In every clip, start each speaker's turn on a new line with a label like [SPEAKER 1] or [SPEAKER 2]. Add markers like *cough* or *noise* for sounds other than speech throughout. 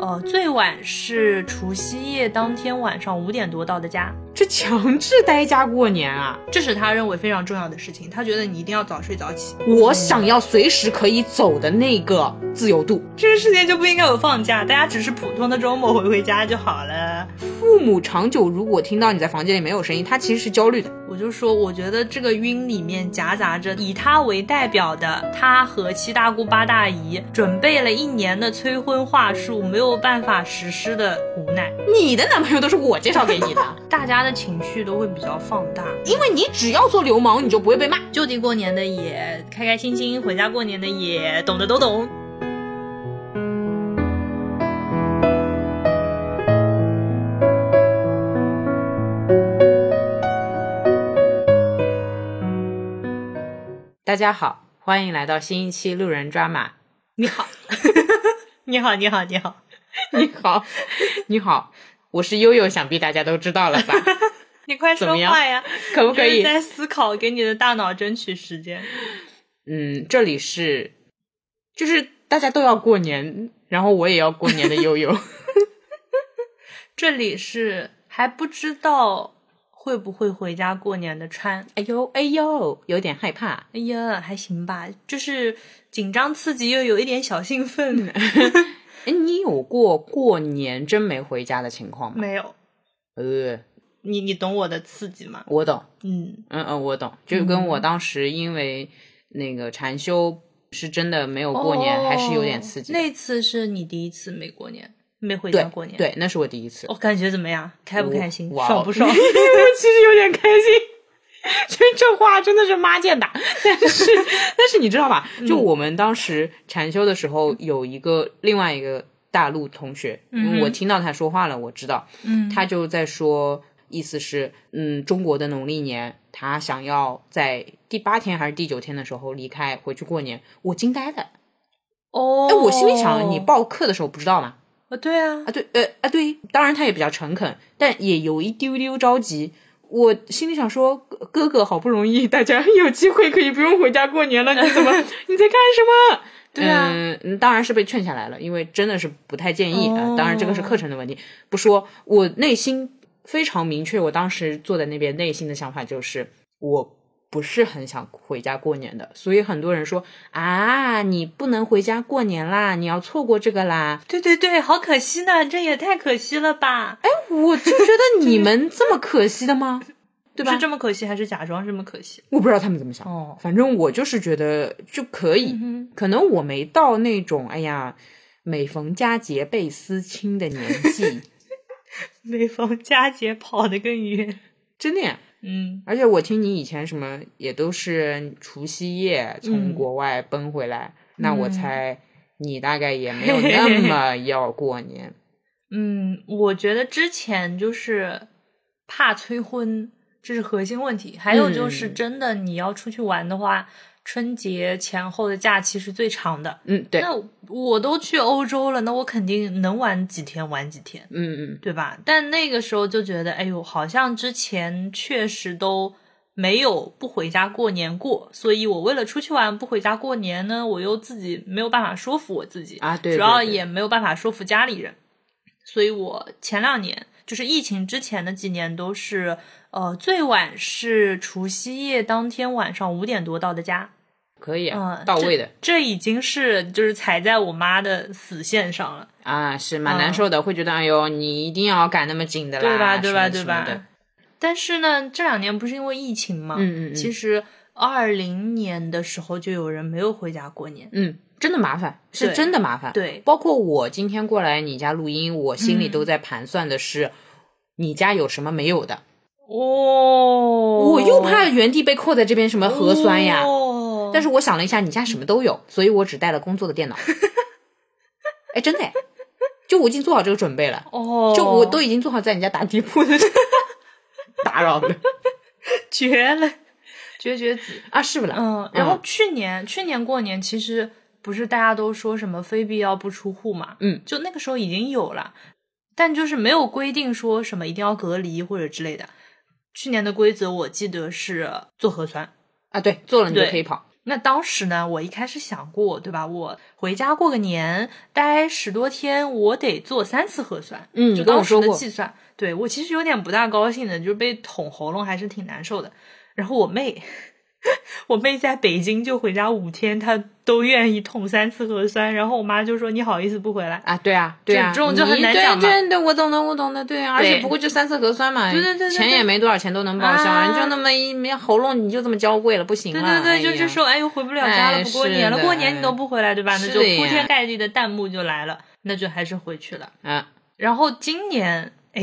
[SPEAKER 1] 呃，最晚是除夕夜当天晚上五点多到的家，
[SPEAKER 2] 这强制待家过年啊！
[SPEAKER 1] 这是他认为非常重要的事情。他觉得你一定要早睡早起，
[SPEAKER 2] 我想要随时可以走的那个自由度。
[SPEAKER 1] 这个世界就不应该有放假，大家只是普通的周末回回家就好了。
[SPEAKER 2] 父母长久如果听到你在房间里没有声音，他其实是焦虑的。
[SPEAKER 1] 我就说，我觉得这个晕里面夹杂着以他为代表的他和七大姑八大姨准备了一年的催婚话术没有办法实施的无奈。
[SPEAKER 2] 你的男朋友都是我介绍给 *laughs* 你的，
[SPEAKER 1] 大家的情绪都会比较放大。
[SPEAKER 2] 因为你只要做流氓，你就不会被骂。
[SPEAKER 1] 就地过年的也开开心心，回家过年的也懂的都懂。
[SPEAKER 2] 大家好，欢迎来到新一期路人抓马。
[SPEAKER 1] 你 *laughs* 好，你好，你好，你好，
[SPEAKER 2] 你好，你好，我是悠悠，想必大家都知道了吧？
[SPEAKER 1] 你快
[SPEAKER 2] 怎
[SPEAKER 1] 说
[SPEAKER 2] 么样
[SPEAKER 1] 话呀！
[SPEAKER 2] 可不可
[SPEAKER 1] 就是
[SPEAKER 2] 以？
[SPEAKER 1] 在思考，给你的大脑争取时间。
[SPEAKER 2] 嗯，这里是，就是大家都要过年，然后我也要过年的悠悠。
[SPEAKER 1] 这里是还不知道会不会回家过年的川。
[SPEAKER 2] *laughs* 哎呦哎呦，有点害怕。
[SPEAKER 1] 哎呀，还行吧，就是紧张刺激又有一点小兴奋。 *laughs*
[SPEAKER 2] 哎，你有过过年真没回家的情况吗？
[SPEAKER 1] 没有，
[SPEAKER 2] 呃，
[SPEAKER 1] 你你懂我的刺激吗？
[SPEAKER 2] 我懂，
[SPEAKER 1] 嗯，
[SPEAKER 2] 嗯嗯，我懂，就跟我当时因为那个禅修是真的没有过年，还是有点刺激的。
[SPEAKER 1] 哦那次是你第一次没过年，没回
[SPEAKER 2] 对
[SPEAKER 1] 家过年。，
[SPEAKER 2] 对，哦那是我第一次，
[SPEAKER 1] 我、感觉怎么样？开不开心？
[SPEAKER 2] 哇哦
[SPEAKER 1] 爽不
[SPEAKER 2] *laughs*
[SPEAKER 1] 爽？
[SPEAKER 2] 哦其实有点开 *laughs* 心。这这话真的是妈见嗯打，但 *laughs* 是但是你知道吧？就我们当时禅修的时候，有一个另外一个大陆同学，因为我听到他说话了，我知道，
[SPEAKER 1] 嗯，
[SPEAKER 2] 他就在说，意思是，嗯，中国的农历年，他想要在第八天还是第九天的时候离开，回去过年。我惊呆了，
[SPEAKER 1] 哦，
[SPEAKER 2] 哎，我心里想，你报课的时候不知道吗？
[SPEAKER 1] 哦，对啊
[SPEAKER 2] 啊，，对，呃，啊，对，当然他也比较诚恳，但也有一丢丢着急。我心里想说，哥哥哥好不容易大家 *laughs* 有机会可以不用回家过年了，你
[SPEAKER 1] *laughs*
[SPEAKER 2] 怎么你在干什么？
[SPEAKER 1] 对啊
[SPEAKER 2] 嗯，嗯当然是被劝下来了，因为真的是不太建议
[SPEAKER 1] 哦
[SPEAKER 2] 啊、当然这个是课程的问题，不说。我内心非常明确，我当时坐在那边内心的想法就是，我不是很想回家过年的。所以很多人说啊，你不能回家过年啦，你要错过这个啦。
[SPEAKER 1] 对对对，好可惜呢，这也太可惜了吧？哎，
[SPEAKER 2] 我 *laughs* 就觉得你们这么可惜的吗？对吧
[SPEAKER 1] 是？这么可惜，还是假装这么可惜？
[SPEAKER 2] 我不知道他们怎么想，
[SPEAKER 1] 哦，
[SPEAKER 2] 反正我就是觉得就可以。
[SPEAKER 1] 嗯
[SPEAKER 2] 可能我没到那种哎呀，每逢佳节倍思亲的年 *laughs* 纪，
[SPEAKER 1] 每逢佳节跑得更远。
[SPEAKER 2] 真的呀。
[SPEAKER 1] 嗯，
[SPEAKER 2] 而且我听你以前什么也都是除夕夜从国外奔回来，那我猜你大概也没有那 *laughs* 么要过年。
[SPEAKER 1] 嗯，我觉得之前就是怕催婚，这是核心问题。还有就是，
[SPEAKER 2] 嗯
[SPEAKER 1] 真的你要出去玩的话，春节前后的假期是最长的。
[SPEAKER 2] 嗯，对，嗯
[SPEAKER 1] 那我都去欧洲了，那我肯定能玩几天玩几天，
[SPEAKER 2] 嗯
[SPEAKER 1] 对吧？但那个时候就觉得，哎呦，好像之前确实都没有不回家过年过，所以我为了出去玩不回家过年呢，我又自己没有办法说服我自己
[SPEAKER 2] 啊，对，
[SPEAKER 1] 主要
[SPEAKER 2] 对对
[SPEAKER 1] 也没有办法说服家里人，所以我前两年就是疫情之前的几年都是，呃，最晚是除夕夜当天晚上五点多到的家，
[SPEAKER 2] 可以啊，
[SPEAKER 1] 嗯
[SPEAKER 2] 到位的
[SPEAKER 1] 这已经是就是踩在我妈的死线上了，
[SPEAKER 2] 啊，是蛮难
[SPEAKER 1] 嗯
[SPEAKER 2] 受的，会觉得哎呦，你一定要赶那么紧的啦，
[SPEAKER 1] 对吧？
[SPEAKER 2] 什
[SPEAKER 1] 对
[SPEAKER 2] 么
[SPEAKER 1] 吧？
[SPEAKER 2] 什
[SPEAKER 1] 对
[SPEAKER 2] 么的
[SPEAKER 1] 吧？但是呢，这两年不是因为疫情嘛，
[SPEAKER 2] 嗯嗯嗯
[SPEAKER 1] 其实二零年的时候就有人没有回家过年，
[SPEAKER 2] 嗯，真的麻烦，是
[SPEAKER 1] 对
[SPEAKER 2] 真的麻烦。，
[SPEAKER 1] 对，
[SPEAKER 2] 包括我今天过来你家录音，我心里
[SPEAKER 1] 嗯
[SPEAKER 2] 都在盘算的是，你家有什么没有的，
[SPEAKER 1] 哦
[SPEAKER 2] 我又怕原地被扣在这边什么核酸呀。
[SPEAKER 1] 哦、
[SPEAKER 2] 但是我想了一下，你家什么都有，所以我只带了工作的
[SPEAKER 1] *laughs*
[SPEAKER 2] 电脑。哎，真的哎，就我已经做好这个准备了，
[SPEAKER 1] 哦，
[SPEAKER 2] 就我都已经做好在你家打地铺的 *laughs* 打扰了
[SPEAKER 1] 绝了，绝绝子。
[SPEAKER 2] 啊，是不啦？
[SPEAKER 1] 嗯，然后去年、去年过年其实不是大家都说什么非必要不出户嘛，
[SPEAKER 2] 嗯，
[SPEAKER 1] 就那个时候已经有了，但就是没有规定说什么一定要隔离或者之类的。去年的规则我记得是做核酸，
[SPEAKER 2] 啊，对，做了你就
[SPEAKER 1] 对
[SPEAKER 2] 可以跑。
[SPEAKER 1] 那当时呢，我一开始想过，对吧？我回家过个年，待十多天，我得做三次核酸。
[SPEAKER 2] 嗯
[SPEAKER 1] 就
[SPEAKER 2] 你跟我
[SPEAKER 1] 当时
[SPEAKER 2] 说
[SPEAKER 1] 的
[SPEAKER 2] 过
[SPEAKER 1] 计算，对我其实有点不大高兴的，就是被捅喉咙还是挺难受的。然后我妹， *laughs* 我妹在北京就回家五天，她都愿意捅三次核酸。然后我妈就说：“你好意思不回来
[SPEAKER 2] 啊，对啊，对啊，
[SPEAKER 1] 这种就很
[SPEAKER 2] 你
[SPEAKER 1] 难
[SPEAKER 2] 对
[SPEAKER 1] 讲嘛
[SPEAKER 2] 对对，我懂的，我懂的，对啊，而且
[SPEAKER 1] 对
[SPEAKER 2] 不过就三次核酸嘛，
[SPEAKER 1] 对对对对
[SPEAKER 2] 钱也没多少钱都能报销，
[SPEAKER 1] 啊
[SPEAKER 2] 你就那么一喉咙你就这么娇贵了，不？”行
[SPEAKER 1] 对
[SPEAKER 2] 了，
[SPEAKER 1] 对
[SPEAKER 2] 哎
[SPEAKER 1] 对，
[SPEAKER 2] 呀
[SPEAKER 1] 就就说：“哎呦，回不了家了，
[SPEAKER 2] 哎
[SPEAKER 1] 不过年了，
[SPEAKER 2] 是的哎
[SPEAKER 1] 过年你都不回来，对吧？”那
[SPEAKER 2] 是
[SPEAKER 1] 就
[SPEAKER 2] 的呀
[SPEAKER 1] 铺天盖地的弹幕就来了，那就还是回去了。
[SPEAKER 2] 啊，
[SPEAKER 1] 然后今年，哎，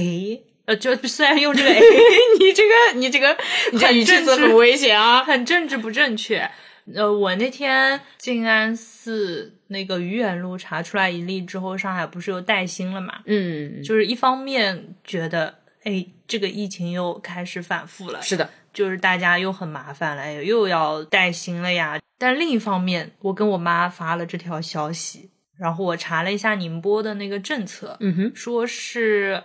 [SPEAKER 1] 呃，就虽然用这个哎，
[SPEAKER 2] 你这个你这个 *laughs* 你这
[SPEAKER 1] 很
[SPEAKER 2] 语气
[SPEAKER 1] 正
[SPEAKER 2] 词
[SPEAKER 1] 直
[SPEAKER 2] 很危
[SPEAKER 1] *laughs*
[SPEAKER 2] 险啊，
[SPEAKER 1] 很政治不正确。呃，我那天静安寺那个愚园路查出来一例之后，上海不是又带薪了嘛？
[SPEAKER 2] 嗯，
[SPEAKER 1] 就是一方面觉得，哎，这个疫情又开始反复了，
[SPEAKER 2] 是的，
[SPEAKER 1] 就是大家又很麻烦了，哎，又要带薪了呀。但另一方面，我跟我妈发了这条消息，然后我查了一下宁波的那个政策，
[SPEAKER 2] 嗯哼，
[SPEAKER 1] 说是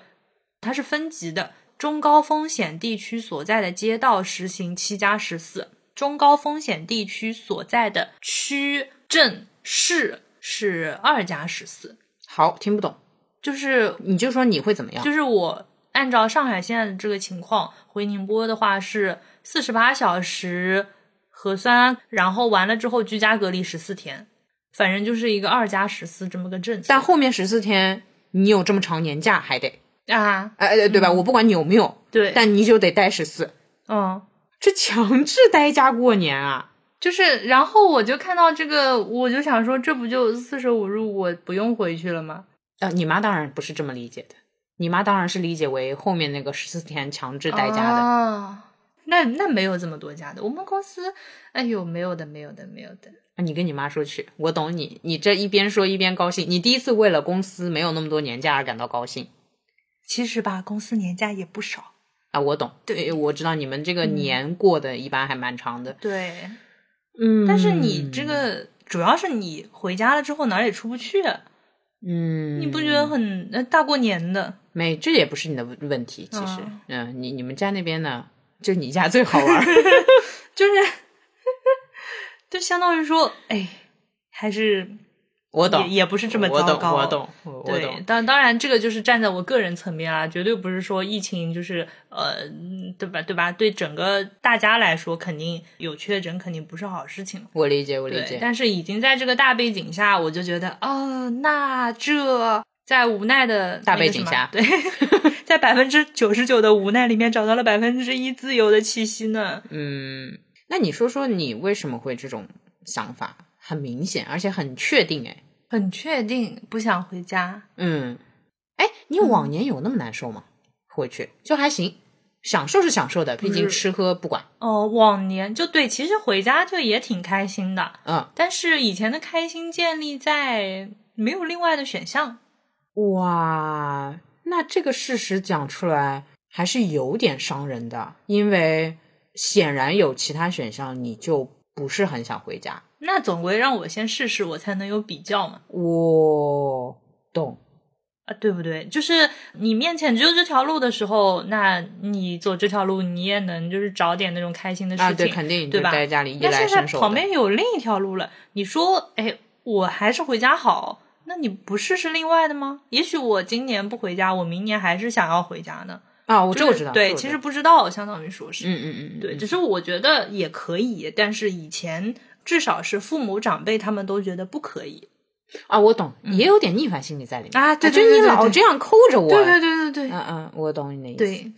[SPEAKER 1] 它是分级的，中高风险地区所在的街道实行七加十四，中高风险地区所在的区镇市是二加十四，
[SPEAKER 2] 好，听不懂，
[SPEAKER 1] 就是
[SPEAKER 2] 你就说你会怎么样？
[SPEAKER 1] 就是我按照上海现在的这个情况回宁波的话是四十八小时核酸，然后完了之后居家隔离十四天，反正就是一个二加十四这么个政策
[SPEAKER 2] 但后面十四天你有这么长年假还得，
[SPEAKER 1] 啊，
[SPEAKER 2] 哎、哎对吧？我不管你有没有，
[SPEAKER 1] 对，
[SPEAKER 2] 但你就得待十四，
[SPEAKER 1] 嗯。
[SPEAKER 2] 这强制待家过年啊，
[SPEAKER 1] 就是，然后我就看到这个，我就想说，这不就四舍五入，我不用回去了吗？
[SPEAKER 2] 呃，你妈当然不是这么理解的，你妈当然是理解为后面那个十四天强制待家的。
[SPEAKER 1] 啊、那那没有这么多家的，我们公司，哎呦，没有的，没有的，没有的。
[SPEAKER 2] 啊你跟你妈说去，我懂你。你这一边说一边高兴，你第一次为了公司没有那么多年假而感到高兴
[SPEAKER 1] 其实吧，公司年假也不少。
[SPEAKER 2] 啊！我懂，
[SPEAKER 1] 对
[SPEAKER 2] 哎我知道你们这个
[SPEAKER 1] 嗯
[SPEAKER 2] 年过得一般还蛮长的。
[SPEAKER 1] 对，
[SPEAKER 2] 嗯
[SPEAKER 1] 但是你这，个主要是你回家了之后哪儿也出不去，啊
[SPEAKER 2] 嗯，
[SPEAKER 1] 你不觉得很呃大过年的？
[SPEAKER 2] 没？这也不是你的问题，其实，
[SPEAKER 1] 嗯
[SPEAKER 2] 嗯，你你们家那边呢，就你家最
[SPEAKER 1] *laughs*
[SPEAKER 2] 好玩儿。
[SPEAKER 1] 就是，就相当于说，哎，还是
[SPEAKER 2] 我懂
[SPEAKER 1] 也，也不是这么
[SPEAKER 2] 我
[SPEAKER 1] 糟
[SPEAKER 2] 懂，
[SPEAKER 1] 糕。
[SPEAKER 2] 我懂，我我
[SPEAKER 1] 对
[SPEAKER 2] 懂，。
[SPEAKER 1] 当当然，这个就是站在我个人层面啊，绝对不是说疫情就是呃，嗯对吧？对吧？对整个大家来说，肯定有确诊，肯定不是好事情嘛。
[SPEAKER 2] 我理解，我理
[SPEAKER 1] 对，
[SPEAKER 2] 解。
[SPEAKER 1] 但是已经在这个大背景下，我就觉得，哦，那这在无奈的
[SPEAKER 2] 大
[SPEAKER 1] 那个
[SPEAKER 2] 背景
[SPEAKER 1] 什么
[SPEAKER 2] 下
[SPEAKER 1] 对， *laughs* 在百分之九十九的无奈里面找到了百分之一自由的气息呢。
[SPEAKER 2] 嗯，那你说说你为什么会这种想法？很明显，而且很确定，哎，
[SPEAKER 1] 很确定不想回家，
[SPEAKER 2] 嗯，哎，你往年有那么难受吗？回去就还行，享受是享受的，毕竟
[SPEAKER 1] 是
[SPEAKER 2] 吃喝不管。
[SPEAKER 1] 哦，往年就对，其实回家就也挺开心的，
[SPEAKER 2] 嗯，
[SPEAKER 1] 但是以前的开心建立在没有另外的选项。
[SPEAKER 2] 哇，那这个事实讲出来还是有点伤人的，因为显然有其他选项，你就不是很想回家。
[SPEAKER 1] 那总归让我先试试，我才能有比较嘛，
[SPEAKER 2] 我懂，
[SPEAKER 1] 啊，对不对？就是你面前只有这条路的时候，那你走这条路，你也能就是找点那种开心的事情，
[SPEAKER 2] 啊，对，肯定
[SPEAKER 1] 对
[SPEAKER 2] 就
[SPEAKER 1] 吧
[SPEAKER 2] 待家里衣
[SPEAKER 1] 那
[SPEAKER 2] 来
[SPEAKER 1] 现在
[SPEAKER 2] 伸手
[SPEAKER 1] 旁
[SPEAKER 2] 的。
[SPEAKER 1] 边有另一条路了，你说，哎，我还是回家好，那你不试试另外的吗？也许我今年不回家，我明年还是想要回家呢。
[SPEAKER 2] 啊，我
[SPEAKER 1] 我
[SPEAKER 2] 这我知道。
[SPEAKER 1] 对，
[SPEAKER 2] 这我
[SPEAKER 1] 其
[SPEAKER 2] 知
[SPEAKER 1] 实
[SPEAKER 2] 道
[SPEAKER 1] 不知道，相当于说是，
[SPEAKER 2] 嗯嗯嗯嗯，
[SPEAKER 1] 对，
[SPEAKER 2] 嗯
[SPEAKER 1] 只是我觉得也可以，但是以前至少是父母长辈他们都觉得不可以
[SPEAKER 2] 啊，我懂，也有点逆反心理在里面
[SPEAKER 1] 嗯啊对
[SPEAKER 2] 就
[SPEAKER 1] 对对
[SPEAKER 2] 你
[SPEAKER 1] 对
[SPEAKER 2] 老
[SPEAKER 1] 对
[SPEAKER 2] 这样抠着我，
[SPEAKER 1] 对对对
[SPEAKER 2] 嗯嗯，我懂你的意思。，
[SPEAKER 1] 对，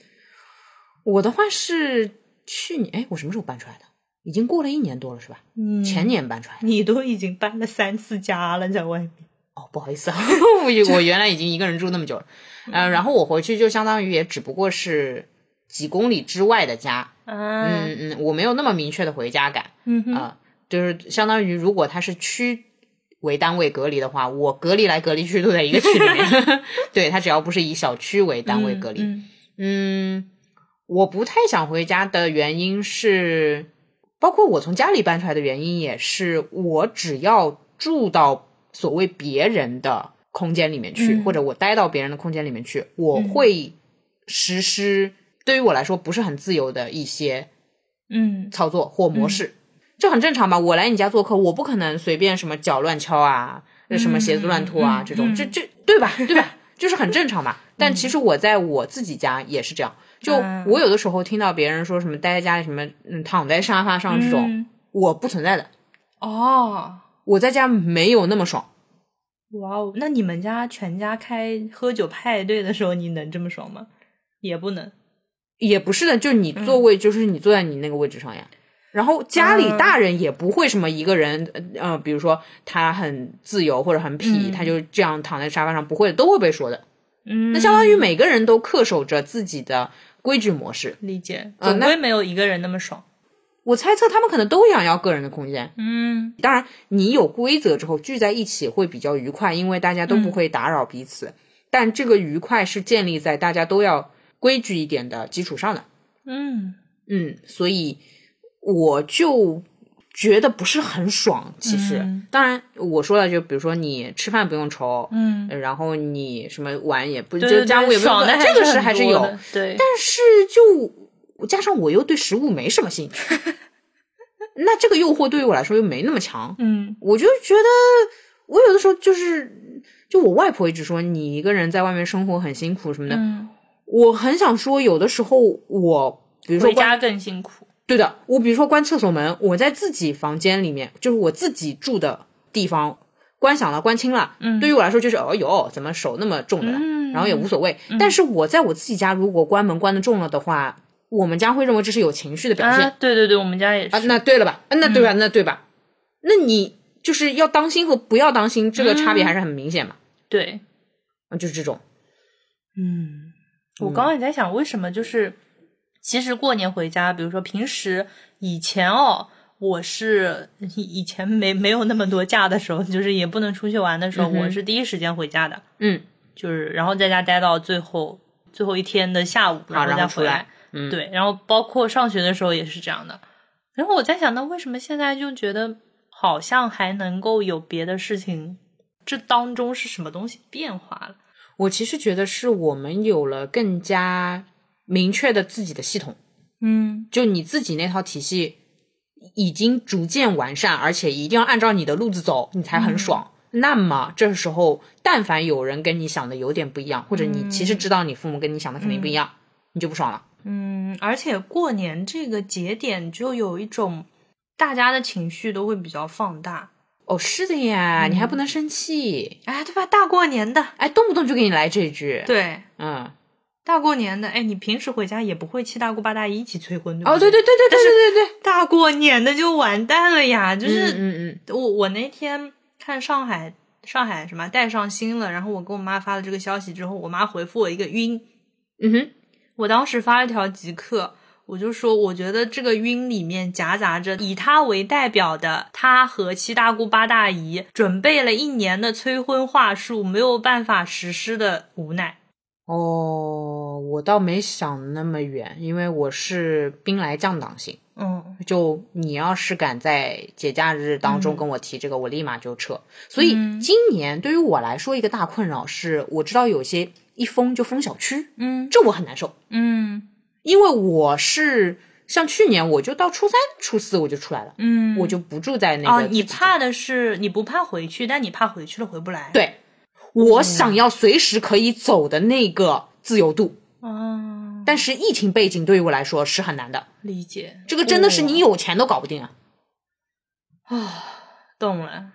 [SPEAKER 2] 我的话是去年，哎，我什么时候搬出来的？已经过了一年多了，是吧？
[SPEAKER 1] 嗯， *laughs*
[SPEAKER 2] 前年搬出来的。
[SPEAKER 1] 你都已经搬了三次家了，在外面。
[SPEAKER 2] 哦，不好意思啊，
[SPEAKER 1] *laughs*
[SPEAKER 2] 我我原来已经一个人住那么久了，嗯，然后我回去就相当于也只不过是几公里之外的家，
[SPEAKER 1] 嗯
[SPEAKER 2] 嗯嗯，我没有那么明确的回家感
[SPEAKER 1] 嗯哼，
[SPEAKER 2] 啊、就是相当于如果它是区为单位隔离的话，我隔离来隔离去都在一个区
[SPEAKER 1] *laughs*
[SPEAKER 2] 里面，对，它只要不是以小区为单位隔离，
[SPEAKER 1] 嗯
[SPEAKER 2] 嗯，我不太想回家的原因是，包括我从家里搬出来的原因也是，我只要住到所谓别人的空间里面去，
[SPEAKER 1] 嗯
[SPEAKER 2] 或者我待到别人的空间里面去，我
[SPEAKER 1] 嗯
[SPEAKER 2] 会实施对于我来说不是很自由的一些
[SPEAKER 1] 嗯
[SPEAKER 2] 操作或模式。这很正常吧？我来你家做客，我不可能随便什么脚乱敲啊，什么鞋子乱拖啊，
[SPEAKER 1] 嗯
[SPEAKER 2] 这种，
[SPEAKER 1] 嗯
[SPEAKER 2] 这这对吧？
[SPEAKER 1] *laughs*
[SPEAKER 2] 对吧？就是很正常嘛。 *laughs* 但其实我在我自己家也是这样，就
[SPEAKER 1] 嗯
[SPEAKER 2] 我有的时候听到别人说什么待在家里什么，嗯，躺在沙发上这种，
[SPEAKER 1] 嗯
[SPEAKER 2] 我不存在的。
[SPEAKER 1] 哦，
[SPEAKER 2] 我在家没有那么爽，
[SPEAKER 1] 哇哦，那你们家全家开喝酒派对的时候，你能这么爽吗？也不能。
[SPEAKER 2] 也不是的，就你
[SPEAKER 1] 嗯
[SPEAKER 2] 座位就是你坐在你那个位置上呀。然后家里大人也不会什么一个人，呃，比如说他很自由或者很痞，
[SPEAKER 1] 嗯
[SPEAKER 2] 他就这样躺在沙发上，不会的都会被说的。
[SPEAKER 1] 嗯，
[SPEAKER 2] 那相当于每个人都恪守着自己的规矩模式。
[SPEAKER 1] 理解，
[SPEAKER 2] 呃
[SPEAKER 1] 总
[SPEAKER 2] 那
[SPEAKER 1] 归没有一个人那么爽。
[SPEAKER 2] 我猜测他们可能都想要个人的空间。
[SPEAKER 1] 嗯
[SPEAKER 2] 当然，你有规则之后聚在一起会比较愉快，因为大家都
[SPEAKER 1] 嗯
[SPEAKER 2] 不会打扰彼此。但这个愉快是建立在大家都要规矩一点的基础上的。
[SPEAKER 1] 嗯
[SPEAKER 2] 嗯，所以我就觉得不是很爽。其实，
[SPEAKER 1] 嗯
[SPEAKER 2] 当然我说了，就比如说你吃饭不用愁，
[SPEAKER 1] 嗯，
[SPEAKER 2] 然后你什么玩也不
[SPEAKER 1] 对对
[SPEAKER 2] 就家务
[SPEAKER 1] 对
[SPEAKER 2] 也不用
[SPEAKER 1] 爽
[SPEAKER 2] 管
[SPEAKER 1] 的
[SPEAKER 2] 这个是
[SPEAKER 1] 是
[SPEAKER 2] 还
[SPEAKER 1] 很
[SPEAKER 2] 是
[SPEAKER 1] 多
[SPEAKER 2] 有，
[SPEAKER 1] 的，对，
[SPEAKER 2] 但是就加上我又对食物没什
[SPEAKER 1] *laughs*
[SPEAKER 2] 么兴趣，那这个诱惑对于我来说又没那么强，
[SPEAKER 1] 嗯
[SPEAKER 2] 我就觉得我有的时候就是，就我外婆一直说你一个人在外面生活很辛苦什么的，
[SPEAKER 1] 嗯，
[SPEAKER 2] 我很想说，有的时候我比如说
[SPEAKER 1] 回
[SPEAKER 2] 关
[SPEAKER 1] 家更辛苦。
[SPEAKER 2] 对的，我比如说关厕所门，我在自己房间里面，就是我自己住的地方。关响了，关轻了，
[SPEAKER 1] 嗯
[SPEAKER 2] 对于我来说就是，哦哟，怎么手那么重的了，
[SPEAKER 1] 嗯
[SPEAKER 2] 然后也无所谓。但是我在我自己家，如果关门关的重了的话，我们家会认为这是有情绪的表现
[SPEAKER 1] 啊，嗯对对对，我们家也是。
[SPEAKER 2] 啊那对了吧？啊，那对吧？那对吧？那你就是要当心和不要当心，这个
[SPEAKER 1] 嗯
[SPEAKER 2] 差别还是很明显嘛。
[SPEAKER 1] 对，
[SPEAKER 2] 啊，就是这种，
[SPEAKER 1] 嗯，我刚刚也在想，为什么就是其实过年回家，比如说平时以前哦。我是以以前没没有那么多假的时候，就是也不能出去玩的时候，
[SPEAKER 2] 嗯哼
[SPEAKER 1] 我是第一时间回家的，
[SPEAKER 2] 嗯
[SPEAKER 1] 就是然后在家待到最后最后一天的下午，
[SPEAKER 2] 啊
[SPEAKER 1] 然后
[SPEAKER 2] 然后
[SPEAKER 1] 再
[SPEAKER 2] 出
[SPEAKER 1] 回
[SPEAKER 2] 来
[SPEAKER 1] 来。
[SPEAKER 2] 嗯，，
[SPEAKER 1] 对，然后包括上学的时候也是这样的。然后我在想，那为什么现在就觉得好像还能够有别的事情？这当中是什么东西变化了？
[SPEAKER 2] 我其实觉得是我们有了更加明确的自己的系统，
[SPEAKER 1] 嗯
[SPEAKER 2] 就你自己那套体系已经逐渐完善，而且一定要按照你的路子走，你才很爽。那么这时候，但凡有人跟你想的有点不一样，或者你其实知道你父母跟你想的肯定不一样，你就不爽了。
[SPEAKER 1] 嗯，而且过年这个节点就有一种大家的情绪都会比较放大，
[SPEAKER 2] 哦，是的呀，你还不能生气，
[SPEAKER 1] 哎，对吧？大过年的，
[SPEAKER 2] 哎，动不动就给你来这句，
[SPEAKER 1] 对，
[SPEAKER 2] 嗯，
[SPEAKER 1] 大过年的，哎，你平时回家也不会七大姑八大姨一起催婚，对不
[SPEAKER 2] 哦，对对对对对对对对，
[SPEAKER 1] 大过年的就完蛋了呀，就
[SPEAKER 2] 就是嗯嗯
[SPEAKER 1] 我我那天看上海上海什么带上新了，然后我跟我妈发了这个消息之后，我妈回复我一个晕。
[SPEAKER 2] 嗯哼，
[SPEAKER 1] 我当时发了条极客，我就说我觉得这个晕里面夹杂着以她为代表的她和七大姑八大姨准备了一年的催婚话术没有办法实施的无奈。
[SPEAKER 2] 哦，我倒没想那么远，因为我是兵来将挡型。
[SPEAKER 1] 嗯
[SPEAKER 2] 就你要是敢在节假日当中跟我提这个，我立马就撤。所以
[SPEAKER 1] 嗯
[SPEAKER 2] 今年对于我来说，一个大困扰是，我知道有些一封就封小区，
[SPEAKER 1] 嗯
[SPEAKER 2] 这我很难受，
[SPEAKER 1] 嗯
[SPEAKER 2] 因为我是像去年，我就到初三、初四我就出来了，
[SPEAKER 1] 嗯
[SPEAKER 2] 我就不住在那
[SPEAKER 1] 哦
[SPEAKER 2] 个自，己
[SPEAKER 1] 你
[SPEAKER 2] 家。
[SPEAKER 1] 怕的是你不怕回去，但你怕回去了回不来。
[SPEAKER 2] 对，我想要随时可以走的那个自由度，
[SPEAKER 1] 啊，
[SPEAKER 2] 但是疫情背景对于我来说是很难的，
[SPEAKER 1] 理解哦
[SPEAKER 2] 这个真的是
[SPEAKER 1] 哇
[SPEAKER 2] 你有钱都搞不定啊。
[SPEAKER 1] 懂了，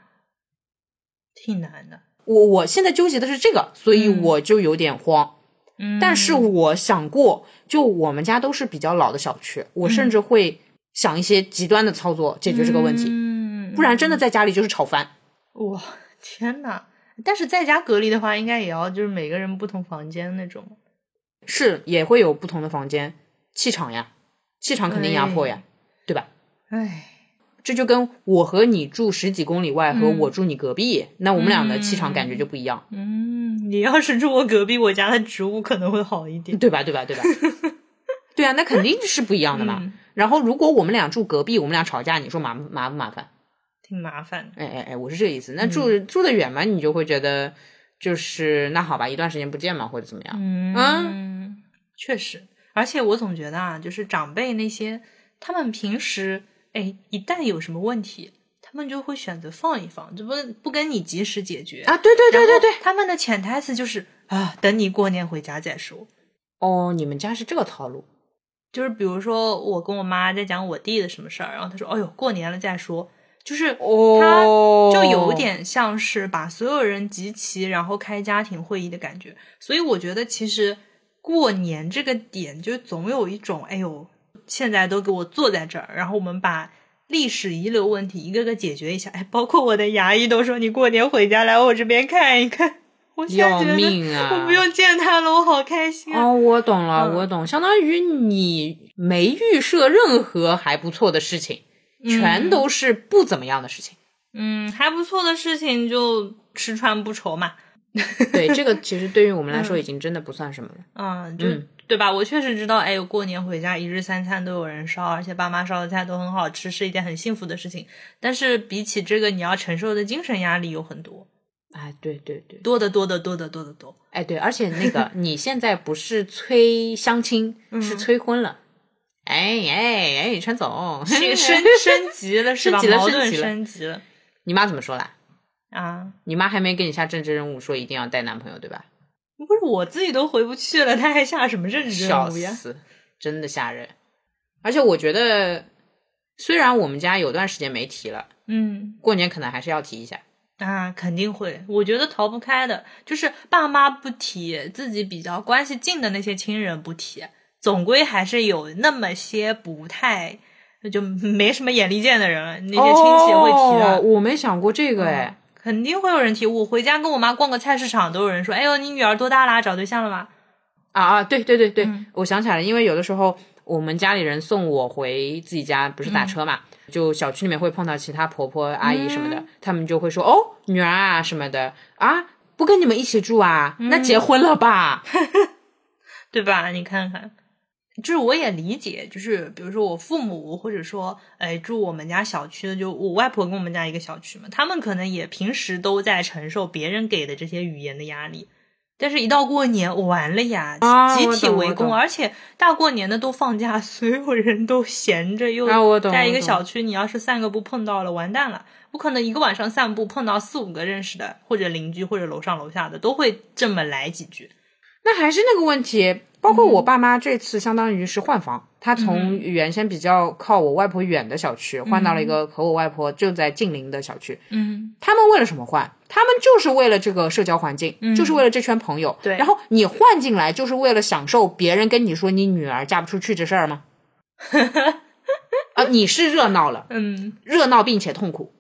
[SPEAKER 1] 挺难的。
[SPEAKER 2] 我我现在纠结的是这个，所以
[SPEAKER 1] 嗯
[SPEAKER 2] 我就有点慌。
[SPEAKER 1] 嗯
[SPEAKER 2] 但是我想过，就我们家都是比较老的小区，
[SPEAKER 1] 嗯
[SPEAKER 2] 我甚至会想一些极端的操作解决这个问题，
[SPEAKER 1] 嗯，
[SPEAKER 2] 不然真的在家里就是吵翻。
[SPEAKER 1] 哇，天哪！但是在家隔离的话，应该也要就是每个人不同房间那种。
[SPEAKER 2] 是也会有不同的房间气场呀，气场肯定压迫呀，对吧？
[SPEAKER 1] 哎，
[SPEAKER 2] 这就跟我和你住十几公里外和我住你隔壁，那我们俩的气场感觉就不一样，
[SPEAKER 1] 嗯，你要是住我隔壁，我家的植物可能会好一点。
[SPEAKER 2] *laughs* 对吧？对吧？对吧？对啊，那肯定是不一样的嘛。
[SPEAKER 1] *laughs* 嗯
[SPEAKER 2] 然后如果我们俩住隔壁，我们俩吵架，你说麻麻不麻烦？
[SPEAKER 1] 挺麻烦的。
[SPEAKER 2] 哎哎哎，我是这个意思。那住、
[SPEAKER 1] 嗯
[SPEAKER 2] 住得远嘛，你就会觉得就是那好吧，一段时间不见嘛，或者怎么样？
[SPEAKER 1] 嗯
[SPEAKER 2] 嗯
[SPEAKER 1] 确实。而且我总觉得啊，就是长辈那些，他们平时哎，一旦有什么问题，他们就会选择放一放，这不不跟你及时解决
[SPEAKER 2] 啊！对对对对对，，
[SPEAKER 1] 他们的潜台词就是啊，等你过年回家再说。
[SPEAKER 2] 哦，你们家是这个套路，
[SPEAKER 1] 就是比如说，我跟我妈在讲我弟的什么事儿，然后她说：“哎呦，过年了再说。”就是
[SPEAKER 2] 哦
[SPEAKER 1] 就有点像是把所有人集齐，然后开家庭会议的感觉。所以我觉得，其实过年这个点，就总有一种，哎呦，现在都给我坐在这儿，然后我们把历史遗留问题一个个解决一下。哎，包括我的牙医都说，你过年回家来我这边看一看。我现在
[SPEAKER 2] 要
[SPEAKER 1] 觉得
[SPEAKER 2] 命啊！
[SPEAKER 1] 我不用见他了，我好开心啊！
[SPEAKER 2] 哦，我懂了，
[SPEAKER 1] 嗯
[SPEAKER 2] 我懂，相当于你没预设任何还不错的事情，全都是不怎么样的事
[SPEAKER 1] *laughs*
[SPEAKER 2] 情。
[SPEAKER 1] 嗯，还不错的事情就吃穿不愁嘛。
[SPEAKER 2] 对，这个其实对于我们来说已经真的不算什么了。
[SPEAKER 1] 嗯，就、
[SPEAKER 2] 嗯
[SPEAKER 1] 对吧？我确实知道，哎，过年回家一日三餐都有人烧，而且爸妈烧的菜都很好吃，是一件很幸福的事情。但是比起这个，你要承受的精神压力有很多，
[SPEAKER 2] 哎，对对对，
[SPEAKER 1] 多得多得多得多得
[SPEAKER 2] *laughs*
[SPEAKER 1] 多。
[SPEAKER 2] 哎对，而且那个你现在不是催相亲，是催婚了。哎哎哎，川 *laughs* 总，
[SPEAKER 1] 升升升级了是吧？
[SPEAKER 2] 升级了
[SPEAKER 1] 矛盾
[SPEAKER 2] 升级了
[SPEAKER 1] 升级了
[SPEAKER 2] 你妈怎么说啦？
[SPEAKER 1] 啊！
[SPEAKER 2] 你妈还没给你下政治任务，说一定要带男朋友，对吧？
[SPEAKER 1] 不是我自己都回不去了，他还下什么政治任
[SPEAKER 2] 笑
[SPEAKER 1] 务呀？
[SPEAKER 2] 死，真的吓人。而且我觉得，虽然我们家有段时间没提了，
[SPEAKER 1] 嗯
[SPEAKER 2] 过年可能还是要提一下。
[SPEAKER 1] 啊，肯定会，我觉得逃不开的，就是爸妈不提，自己比较关系近的那些亲人不提，总归还是有那么些不太就没什么眼力见的人，那些亲戚会提的。
[SPEAKER 2] 哦我没想过这个哎。
[SPEAKER 1] 肯定会有人提，我回家跟我妈逛个菜市场，都有人说：“哎呦，你女儿多大啦？找对象了吗
[SPEAKER 2] 啊啊，对对对对，我想起来了，因为有的时候我们家里人送我回自己家，不是打车嘛，就小区里面会碰到其他婆婆阿姨什么的，他、们就会说哦，女儿啊什么的啊，不跟你们一起住啊，那结婚了吧？？”
[SPEAKER 1] 对吧？你看看，就是我也理解，就是比如说我父母，或者说哎住我们家小区的，就我外婆跟我们家一个小区嘛，他们可能也平时都在承受别人给的这些语言的压力，但是一到过年完了呀，
[SPEAKER 2] 啊
[SPEAKER 1] 集
[SPEAKER 2] 我
[SPEAKER 1] 体
[SPEAKER 2] 懂
[SPEAKER 1] 围
[SPEAKER 2] 我
[SPEAKER 1] 攻，
[SPEAKER 2] 懂
[SPEAKER 1] 而且大过年的都放假，所有人都闲着，又
[SPEAKER 2] 啊我懂
[SPEAKER 1] 在一个
[SPEAKER 2] 我懂
[SPEAKER 1] 小区，你要是散个步碰到了，完蛋了。我可能一个晚上散步碰到四五个认识的，或者邻居，或者楼上楼下的，都会这么来几句。
[SPEAKER 2] 那还是那个问题，包括我爸妈这次相当于是换房，他从原先比较靠我外婆远的小区换到了一个和我外婆就在近邻的小区，
[SPEAKER 1] 嗯，
[SPEAKER 2] 他们为了什么换？他们就是为了这个社交环境，就是为了这圈朋友。
[SPEAKER 1] 嗯对
[SPEAKER 2] 然后你换进来就是为了享受别人跟你说你女儿嫁不出去这事
[SPEAKER 1] *laughs*
[SPEAKER 2] 儿吗？啊，你是热闹了，
[SPEAKER 1] 嗯，
[SPEAKER 2] 热闹并且痛苦。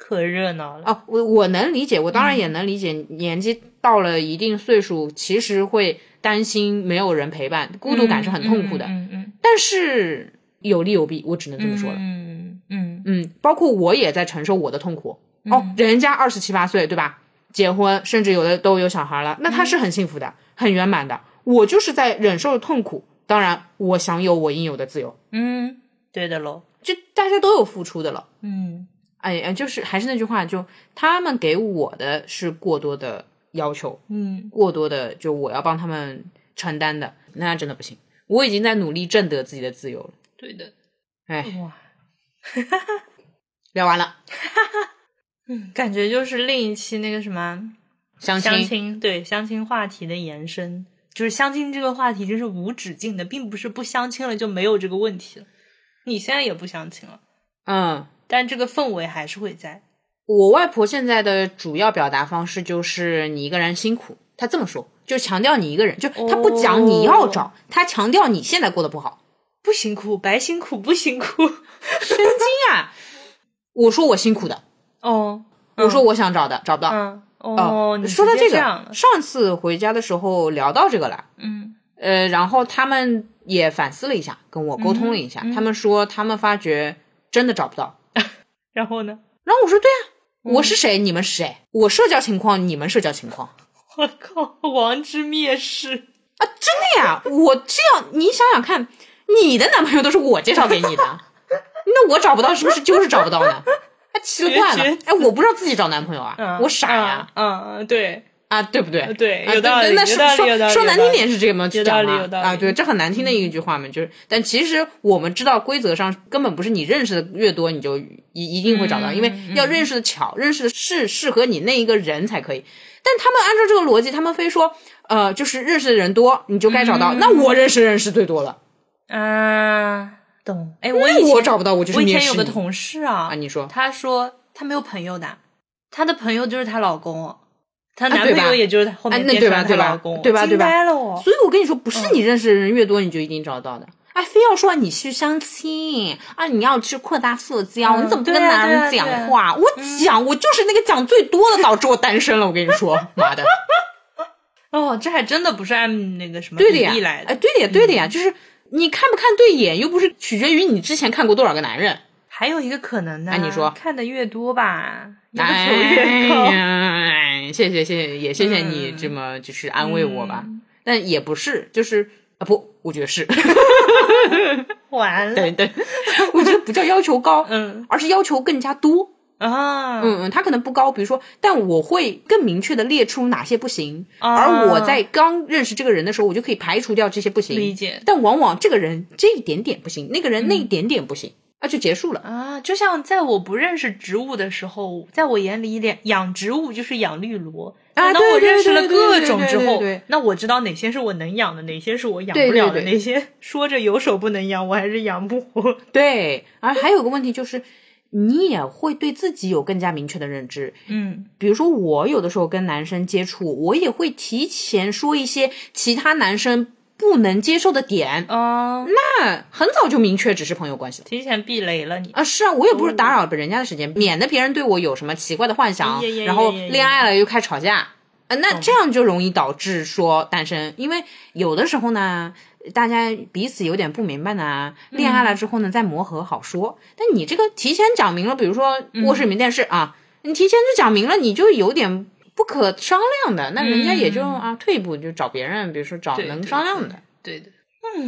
[SPEAKER 1] 可热闹了。
[SPEAKER 2] 哦，我我能理解，我当然
[SPEAKER 1] 嗯
[SPEAKER 2] 也能理解，年纪到了一定岁数，其实会担心没有人陪伴，孤独感是很痛苦的。
[SPEAKER 1] 嗯嗯
[SPEAKER 2] 但是有利有弊，我只能这么说了。
[SPEAKER 1] 嗯嗯
[SPEAKER 2] 嗯，包括我也在承受我的痛苦。哦，人家二十七八岁，对吧？结婚，甚至有的都有小孩了，那他是很幸福的，很圆满的。我就是在忍受痛苦，当然我享有我应有的自由，
[SPEAKER 1] 嗯，对的喽。
[SPEAKER 2] 就大家都有付出的了。
[SPEAKER 1] 嗯
[SPEAKER 2] 哎哎，就是还是那句话，就他们给我的是过多的要求，
[SPEAKER 1] 嗯
[SPEAKER 2] 过多的就我要帮他们承担的，那真的不行。我已经在努力挣得自己的自由了。
[SPEAKER 1] 对的。
[SPEAKER 2] 哎，
[SPEAKER 1] 哇，
[SPEAKER 2] 聊完了，
[SPEAKER 1] 感觉就是另一期那个什么
[SPEAKER 2] 相亲
[SPEAKER 1] 相亲，对相亲话题的延伸。就是相亲这个话题，就是无止境的，并不是不相亲了就没有这个问题了。你现在也不相亲了，
[SPEAKER 2] 嗯，
[SPEAKER 1] 但这个氛围还是会在。
[SPEAKER 2] 我外婆现在的主要表达方式就是你一个人辛苦，她这么说，就强调你一个人，就她不讲你要
[SPEAKER 1] 哦
[SPEAKER 2] 找，她强调你现在过得不好。
[SPEAKER 1] 不辛苦，白辛苦，不辛苦。
[SPEAKER 2] 哎呀，我说我辛苦的，
[SPEAKER 1] 哦，
[SPEAKER 2] 我说我想找的，找不到。呃
[SPEAKER 1] 嗯，哦，你
[SPEAKER 2] 说到
[SPEAKER 1] 直接
[SPEAKER 2] 这
[SPEAKER 1] 这
[SPEAKER 2] 个，
[SPEAKER 1] 样了，
[SPEAKER 2] 上次回家的时候聊到这个了，
[SPEAKER 1] 嗯
[SPEAKER 2] 呃，然后他们也反思了一下，跟我沟通了一
[SPEAKER 1] 嗯
[SPEAKER 2] 下，他们说他们发觉真的找不到。
[SPEAKER 1] 然后呢？
[SPEAKER 2] 然后我说对啊，
[SPEAKER 1] 嗯
[SPEAKER 2] 我是谁，你们是谁，我社交情况，你们社交情况。
[SPEAKER 1] 我靠，王之蔑视。
[SPEAKER 2] 对呀，我这样，你想想看，你的男朋友都是我介绍给你
[SPEAKER 1] *laughs*
[SPEAKER 2] 的，那我找不到是不是就是找不到呢？哎，奇了怪
[SPEAKER 1] 绝绝
[SPEAKER 2] 了，哎，我不知道自己找男朋友啊，
[SPEAKER 1] 嗯
[SPEAKER 2] 我傻呀，
[SPEAKER 1] 嗯，嗯，对，
[SPEAKER 2] 啊，对不对？
[SPEAKER 1] 对
[SPEAKER 2] 啊
[SPEAKER 1] 哎有道理
[SPEAKER 2] 那那
[SPEAKER 1] 有
[SPEAKER 2] 是
[SPEAKER 1] 道理有道
[SPEAKER 2] 说
[SPEAKER 1] 理
[SPEAKER 2] 说
[SPEAKER 1] 有
[SPEAKER 2] 难
[SPEAKER 1] 道
[SPEAKER 2] 听
[SPEAKER 1] 理
[SPEAKER 2] 点是这个嘛，
[SPEAKER 1] 有
[SPEAKER 2] 去讲
[SPEAKER 1] 道理
[SPEAKER 2] 嘛
[SPEAKER 1] 有道
[SPEAKER 2] 啊，
[SPEAKER 1] 理
[SPEAKER 2] 对，这很难听的一句话嘛，就是，但其实我们知道规则上根本不是你认识的越多，你就一一定会找到，因为
[SPEAKER 1] 嗯
[SPEAKER 2] 要认识的巧，认识的是适合你那一个人才可以。但他们按照这个逻辑，他们非说，呃，就是认识的人多，你就该找
[SPEAKER 1] 嗯
[SPEAKER 2] 到。那我认识认识最多了，
[SPEAKER 1] 啊，懂。哎，我以
[SPEAKER 2] 那
[SPEAKER 1] 前
[SPEAKER 2] 我找不到，我就是
[SPEAKER 1] 我以
[SPEAKER 2] 蔑
[SPEAKER 1] 前有
[SPEAKER 2] 视
[SPEAKER 1] 个
[SPEAKER 2] 你
[SPEAKER 1] 同事啊，
[SPEAKER 2] 啊。你说
[SPEAKER 1] 她说她没有朋友的，她的朋友就是她老公，她男
[SPEAKER 2] 啊对
[SPEAKER 1] 朋
[SPEAKER 2] 吧
[SPEAKER 1] 友也就是她后面
[SPEAKER 2] 啊那
[SPEAKER 1] 变
[SPEAKER 2] 对
[SPEAKER 1] 成了
[SPEAKER 2] 吧
[SPEAKER 1] 她
[SPEAKER 2] 对吧
[SPEAKER 1] 老公，
[SPEAKER 2] 对吧对
[SPEAKER 1] 惊
[SPEAKER 2] 吧
[SPEAKER 1] 呆了我。
[SPEAKER 2] 所以我跟你说，不是你认识的人越多，你就一定找到的。哎，非要说你去相亲啊，你要去扩大社交，
[SPEAKER 1] 嗯
[SPEAKER 2] 你怎么不
[SPEAKER 1] 对
[SPEAKER 2] 跟
[SPEAKER 1] 啊
[SPEAKER 2] 男人
[SPEAKER 1] 对啊
[SPEAKER 2] 讲
[SPEAKER 1] 对啊
[SPEAKER 2] 话？我讲，我就是那个讲最多的，导致我单身了。我跟你 *laughs* 说，妈的，
[SPEAKER 1] 哦，这还真的不是按那个什么
[SPEAKER 2] 对的
[SPEAKER 1] 比
[SPEAKER 2] 呀
[SPEAKER 1] 例来，的
[SPEAKER 2] 哎，，对的呀，对的呀，就是你看不看对眼，又不是取决于你之前看过多少个男人。
[SPEAKER 1] 还有一个可能呢，
[SPEAKER 2] 哎你说
[SPEAKER 1] 看的越多吧，要求越高。
[SPEAKER 2] 哎呀，谢谢谢谢，也谢谢你这么就是安慰我吧。但也不是，就是啊不，我觉得是。
[SPEAKER 1] 完了，
[SPEAKER 2] 对 *laughs* 对， *laughs* 我觉得不叫要求高，
[SPEAKER 1] 嗯
[SPEAKER 2] 而是要求更加多。
[SPEAKER 1] 啊，
[SPEAKER 2] 嗯嗯，它可能不高，比如说，但我会更明确的列出哪些不行，
[SPEAKER 1] 啊
[SPEAKER 2] 而我在刚认识这个人的时候，我就可以排除掉这些不行。
[SPEAKER 1] 理解嗯
[SPEAKER 2] 但往往这个人这一点点不行，那个人那一点点不行，啊，就结束了。
[SPEAKER 1] 啊，就像在我不认识植物的时候，在我眼里，养养植物就是养绿萝。
[SPEAKER 2] 啊
[SPEAKER 1] 但当
[SPEAKER 2] 对
[SPEAKER 1] 我
[SPEAKER 2] 对
[SPEAKER 1] 认识
[SPEAKER 2] 对
[SPEAKER 1] 了
[SPEAKER 2] 对
[SPEAKER 1] 各
[SPEAKER 2] 对
[SPEAKER 1] 种之
[SPEAKER 2] 对对
[SPEAKER 1] 后
[SPEAKER 2] 对，
[SPEAKER 1] 那我知道哪些是我能养的，哪些是我养
[SPEAKER 2] 对
[SPEAKER 1] 不
[SPEAKER 2] 对
[SPEAKER 1] 了的，
[SPEAKER 2] 对
[SPEAKER 1] 哪些 *laughs* 说着有手不能养，我还是养不活。
[SPEAKER 2] *laughs* 对，而还有个问题就是，你也会对自己有更加明确的认知。
[SPEAKER 1] 嗯，
[SPEAKER 2] 比如说，我有的时候跟男生接触，我也会提前说一些其他男生不能接受的点。
[SPEAKER 1] 啊、
[SPEAKER 2] 那很早就明确只是朋友关系了。
[SPEAKER 1] 提前避雷了你。
[SPEAKER 2] 啊，是啊，我也
[SPEAKER 1] 嗯
[SPEAKER 2] 不是打扰人家的时间，免得别人对我有什么奇怪的幻想
[SPEAKER 1] 耶耶耶，
[SPEAKER 2] 然后
[SPEAKER 1] 耶耶
[SPEAKER 2] 恋爱了又开始吵架，啊，那这样就容易导致说单身，因为有的时候呢，大家彼此有点不明白呢，
[SPEAKER 1] 嗯
[SPEAKER 2] 恋爱了之后呢再磨合好说，但你这个提前讲明了，比如说
[SPEAKER 1] 嗯
[SPEAKER 2] 卧室里面电视啊，你提前就讲明了，你就有点不可商量的，那人家也就啊退一步就找别人，比如说找
[SPEAKER 1] 嗯对
[SPEAKER 2] 能
[SPEAKER 1] 对
[SPEAKER 2] 商量的，
[SPEAKER 1] 对的，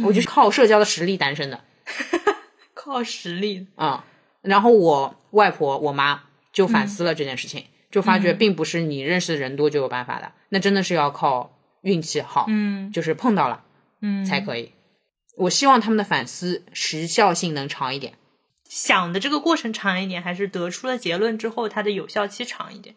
[SPEAKER 2] 我就是靠社交的实力单身的。
[SPEAKER 1] 靠实力。
[SPEAKER 2] 嗯，然后我外婆、我妈就反思了这件事
[SPEAKER 1] 嗯
[SPEAKER 2] 情，就发觉并不是你认识的人多就有办法的，那真的是要靠运气好，
[SPEAKER 1] 嗯
[SPEAKER 2] 就是碰到了
[SPEAKER 1] 嗯，
[SPEAKER 2] 才可以。我希望他们的反思时效性能长一点。
[SPEAKER 1] 想的这个过程长一点，还是得出了结论之后，它的有效期长一点。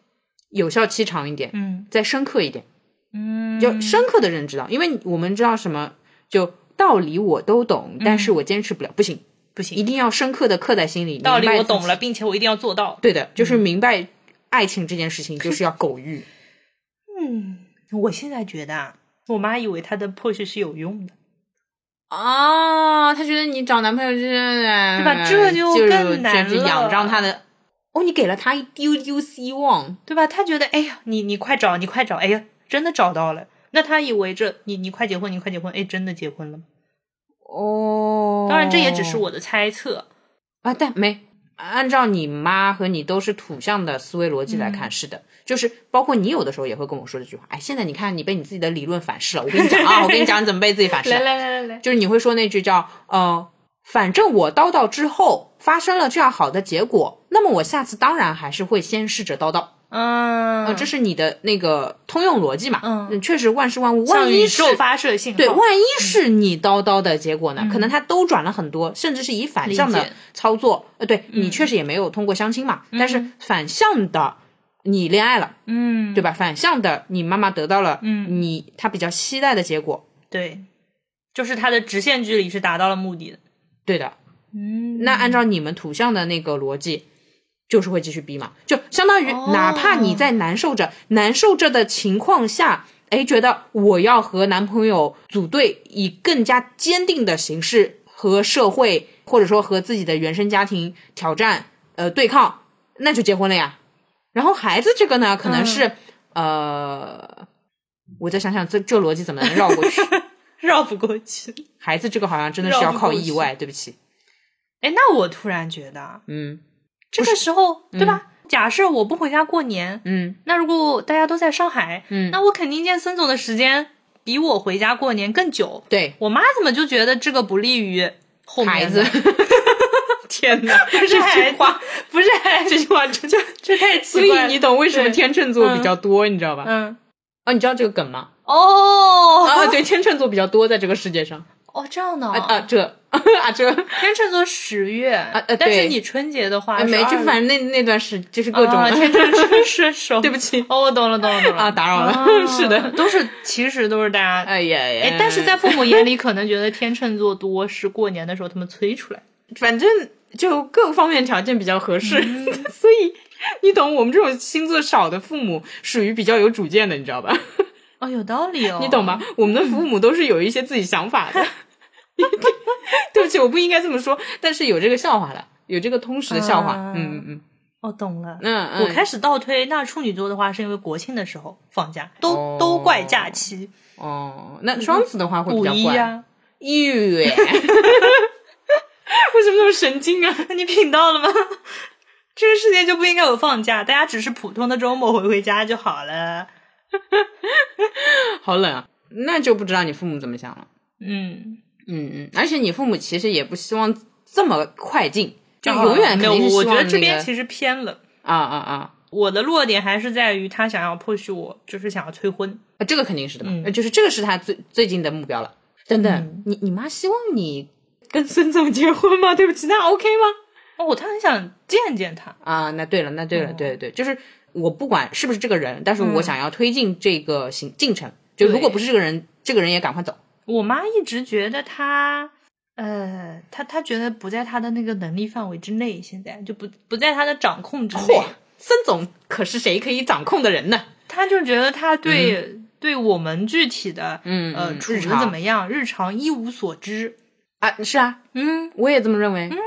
[SPEAKER 2] 有效期长一点，
[SPEAKER 1] 嗯
[SPEAKER 2] 再深刻一点，
[SPEAKER 1] 嗯，
[SPEAKER 2] 就深刻的认知到，因为我们知道什么就道理我都
[SPEAKER 1] 嗯
[SPEAKER 2] 懂，但是我坚持不了，不行，
[SPEAKER 1] 不
[SPEAKER 2] 一
[SPEAKER 1] 行，
[SPEAKER 2] 定要深刻的刻在心里。
[SPEAKER 1] 道理
[SPEAKER 2] 明白
[SPEAKER 1] 我
[SPEAKER 2] 自己
[SPEAKER 1] 懂了，，嗯并且我一定要做到。
[SPEAKER 2] 对的，就是明白爱情这件事情就是要狗欲。
[SPEAKER 1] 嗯，我现在觉得啊，我妈以为她的 push 是有用的，
[SPEAKER 2] 哦，他觉得你找男朋友就是对
[SPEAKER 1] 吧这就
[SPEAKER 2] 就
[SPEAKER 1] 更难
[SPEAKER 2] 就是仰
[SPEAKER 1] 了
[SPEAKER 2] 仗他的。哦，你给了他一丢丢希望，
[SPEAKER 1] 对吧？她觉得，哎呀，你你快找，你快找，哎呀，真的找到了。那她以为这你你快结婚，你快结婚，哎，真的结婚了吗？
[SPEAKER 2] 哦
[SPEAKER 1] 当然，这也只是我的猜测。
[SPEAKER 2] 啊，但没按照你妈和你都是土象的思维逻辑来
[SPEAKER 1] 嗯
[SPEAKER 2] 看，是的，就是包括你有的时候也会跟我说这句话。哎，现在你看你被你自己的理论反噬了，我跟你讲啊，我跟你讲你怎么被自己反噬了。
[SPEAKER 1] 来来来来，
[SPEAKER 2] 就是你会说那句叫呃，反正我叨叨之后发生了这样好的结果，那么我下次当然还是会先试着叨叨。
[SPEAKER 1] 嗯，
[SPEAKER 2] 呃，这是你的那个通用逻辑嘛？
[SPEAKER 1] 嗯，
[SPEAKER 2] 确实万事万物，
[SPEAKER 1] 向
[SPEAKER 2] 万一
[SPEAKER 1] 宇
[SPEAKER 2] 是
[SPEAKER 1] 宙发射信号，
[SPEAKER 2] 对，万一是你叨叨的结果呢？可能他兜转了很多，甚至是以反向
[SPEAKER 1] 理
[SPEAKER 2] 的
[SPEAKER 1] 解嗯
[SPEAKER 2] 操作。呃，对、你确实也没有通过相亲嘛，但是反向的你恋爱了，
[SPEAKER 1] 嗯，
[SPEAKER 2] 对吧？反向的你妈妈得到了，
[SPEAKER 1] 嗯
[SPEAKER 2] 你她比较期待的结果。
[SPEAKER 1] 对，就是她的直线距离是达到了目的的。
[SPEAKER 2] 对的，
[SPEAKER 1] 嗯，
[SPEAKER 2] 那按照你们土象的那个逻辑，就是会继续逼嘛，就相当于
[SPEAKER 1] 哦
[SPEAKER 2] 哪怕你在难受着、难受着的情况下，哎，觉得我要和男朋友组队，以更加坚定的形式和社会或者说和自己的原生家庭挑战呃对抗，那就结婚了呀。然后孩子这个呢，可
[SPEAKER 1] 嗯
[SPEAKER 2] 能是、呃，我再想想这这逻辑怎么能绕过
[SPEAKER 1] *laughs*
[SPEAKER 2] 去。
[SPEAKER 1] 绕不过去。
[SPEAKER 2] 孩子这个好像真的是
[SPEAKER 1] 绕
[SPEAKER 2] 要
[SPEAKER 1] 不
[SPEAKER 2] 靠
[SPEAKER 1] 过去
[SPEAKER 2] 意外，对不起，
[SPEAKER 1] 哎，那我突然觉得啊，
[SPEAKER 2] 嗯
[SPEAKER 1] 这个时候，对吧？假设我不回家过年，
[SPEAKER 2] 嗯，
[SPEAKER 1] 那如果大家都在上海，
[SPEAKER 2] 嗯
[SPEAKER 1] 那我肯定见孙总的时间比我回家过年更久。
[SPEAKER 2] 对。
[SPEAKER 1] 我妈怎么就觉得这个不利于后面
[SPEAKER 2] 孩子 *laughs*
[SPEAKER 1] 呢？天哪，不是孩子，不 *laughs* 是孩子，
[SPEAKER 2] *laughs* 这句话真的，
[SPEAKER 1] 这太奇
[SPEAKER 2] 所以
[SPEAKER 1] 怪了。
[SPEAKER 2] 你懂为什么
[SPEAKER 1] 对
[SPEAKER 2] 嗯天秤座比较多，你知道吧？
[SPEAKER 1] 嗯
[SPEAKER 2] 哦，你知道这个梗吗？
[SPEAKER 1] 哦
[SPEAKER 2] 啊，对，天秤座比较多在这个世界上
[SPEAKER 1] 哦，这样的
[SPEAKER 2] 啊
[SPEAKER 1] 啊
[SPEAKER 2] 啊，这啊这
[SPEAKER 1] 天秤座十月，
[SPEAKER 2] 呃
[SPEAKER 1] 但是
[SPEAKER 2] 对
[SPEAKER 1] 你春节的话
[SPEAKER 2] 啊
[SPEAKER 1] 是
[SPEAKER 2] 没，就
[SPEAKER 1] 22
[SPEAKER 2] 反正那那段是就是各种
[SPEAKER 1] 啊天 *laughs* 秤射手，
[SPEAKER 2] *laughs* 对不起
[SPEAKER 1] 哦，我懂了，懂了，懂了
[SPEAKER 2] 哦啊，打扰
[SPEAKER 1] 啊
[SPEAKER 2] 了， *laughs* 是的，
[SPEAKER 1] 都是其实都是大家
[SPEAKER 2] 哎呀呀
[SPEAKER 1] 哎，但是在父母眼里，可能觉得天秤座多是过年的时候他们催出来。
[SPEAKER 2] 反正就各方面条件比较合适， *laughs* 所以你懂我们这种星座少的父母属于比较有主见的，你知道吧？
[SPEAKER 1] 哦，有道理哦，
[SPEAKER 2] 你懂吧？我们的父母都是有一些自己想法的。 *laughs* 对不起，我不应该这么说，但是有这个笑话了，有这个通识的笑话。
[SPEAKER 1] 啊
[SPEAKER 2] 嗯嗯嗯，
[SPEAKER 1] 哦，懂了。
[SPEAKER 2] 那嗯
[SPEAKER 1] 我开始倒推，那处女座的话，是因为国庆的时候放假，都、
[SPEAKER 2] 哦
[SPEAKER 1] 都怪假期，
[SPEAKER 2] 哦，那双子的话会比
[SPEAKER 1] 五
[SPEAKER 2] 较
[SPEAKER 1] 一啊
[SPEAKER 2] 怪。
[SPEAKER 1] 呀、
[SPEAKER 2] 咦喂 *laughs* 为什么那么神经啊？ *laughs*
[SPEAKER 1] 那你品到了吗？ *laughs* 这个世界就不应该有放假，大家只是普通的周末回回家就好了。嗯
[SPEAKER 2] 好冷啊！那就不知道你父母怎么想了。
[SPEAKER 1] 嗯，
[SPEAKER 2] 嗯嗯，而且你父母其实也不希望这么快进，就
[SPEAKER 1] 啊
[SPEAKER 2] 永远肯
[SPEAKER 1] 没有。
[SPEAKER 2] 定是希
[SPEAKER 1] 我
[SPEAKER 2] 望、那
[SPEAKER 1] 觉
[SPEAKER 2] 个、
[SPEAKER 1] 得这边其实偏冷。
[SPEAKER 2] 啊啊啊
[SPEAKER 1] 我的落点还是在于他想要 push 我，就是想要催婚。
[SPEAKER 2] 啊，这个肯定是的嘛，
[SPEAKER 1] 嗯
[SPEAKER 2] 呃就是这个是他最最近的目标了。等等，你你妈希望你跟孙总结婚吗？对不起，那 OK 吗？
[SPEAKER 1] 哦，他很想见见他。
[SPEAKER 2] 啊，那对了，那对了，
[SPEAKER 1] 哦
[SPEAKER 2] 对对对，就是我不管是不是这个人，但是
[SPEAKER 1] 嗯
[SPEAKER 2] 我想要推进这个行进程。就如果不是这个人，这个人也赶快走。
[SPEAKER 1] 我妈一直觉得他，呃，他他觉得不在他的那个能力范围之内，现在就不不在他的掌控之内
[SPEAKER 2] 嚯。，孙总可是谁可以掌控的人呢？
[SPEAKER 1] 他就觉得他对、对我们具体的
[SPEAKER 2] 嗯
[SPEAKER 1] 呃
[SPEAKER 2] 嗯
[SPEAKER 1] 处
[SPEAKER 2] 日
[SPEAKER 1] 的
[SPEAKER 2] 常
[SPEAKER 1] 怎么样，日常一无所知。
[SPEAKER 2] 啊，是啊，
[SPEAKER 1] 嗯，
[SPEAKER 2] 我也这么认为。嗯，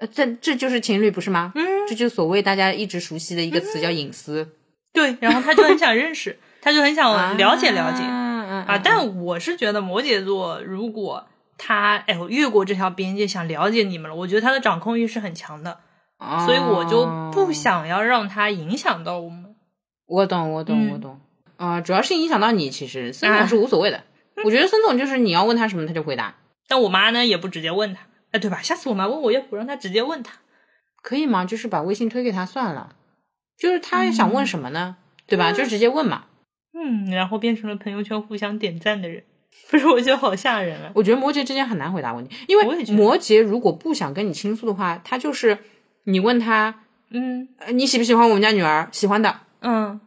[SPEAKER 2] 呃，这这就是情侣，不是吗？嗯，这就是所谓大家一直熟悉的一个词，叫隐私。
[SPEAKER 1] 对，然后他就很想认识，他就很想了解了解啊
[SPEAKER 2] 啊
[SPEAKER 1] 但我是觉得摩羯座如果他哎呦越过这条边界想了解你们了，我觉得他的掌控欲是很强的，
[SPEAKER 2] 但
[SPEAKER 1] 所以我就
[SPEAKER 2] 哦
[SPEAKER 1] 不。想要让他影响到我们。
[SPEAKER 2] 啊我懂，我懂，
[SPEAKER 1] 嗯
[SPEAKER 2] 我懂。啊，主要是影响到你，其实孙
[SPEAKER 1] 啊
[SPEAKER 2] 总是无所谓的。
[SPEAKER 1] *laughs*
[SPEAKER 2] 我觉得孙总就是你要问他什么，他就回答，
[SPEAKER 1] 但我妈呢也不直接问他，哎，对吧？下次我妈问我，要不让她直接问他。
[SPEAKER 2] 可以吗？就是把微信推给他算了，就是他想问什么呢？对吧？
[SPEAKER 1] 啊
[SPEAKER 2] 就直接问嘛。
[SPEAKER 1] 嗯，然后变成了朋友圈互相点赞的人，不是？我觉得好吓人啊！
[SPEAKER 2] 我觉得摩羯之间很难回答问题，因
[SPEAKER 1] 我也
[SPEAKER 2] 为
[SPEAKER 1] 觉得
[SPEAKER 2] 摩羯如果不想跟你倾诉的话，他就是你问他，
[SPEAKER 1] 嗯
[SPEAKER 2] 呃你喜不喜欢我们家女儿？喜欢的，
[SPEAKER 1] 嗯，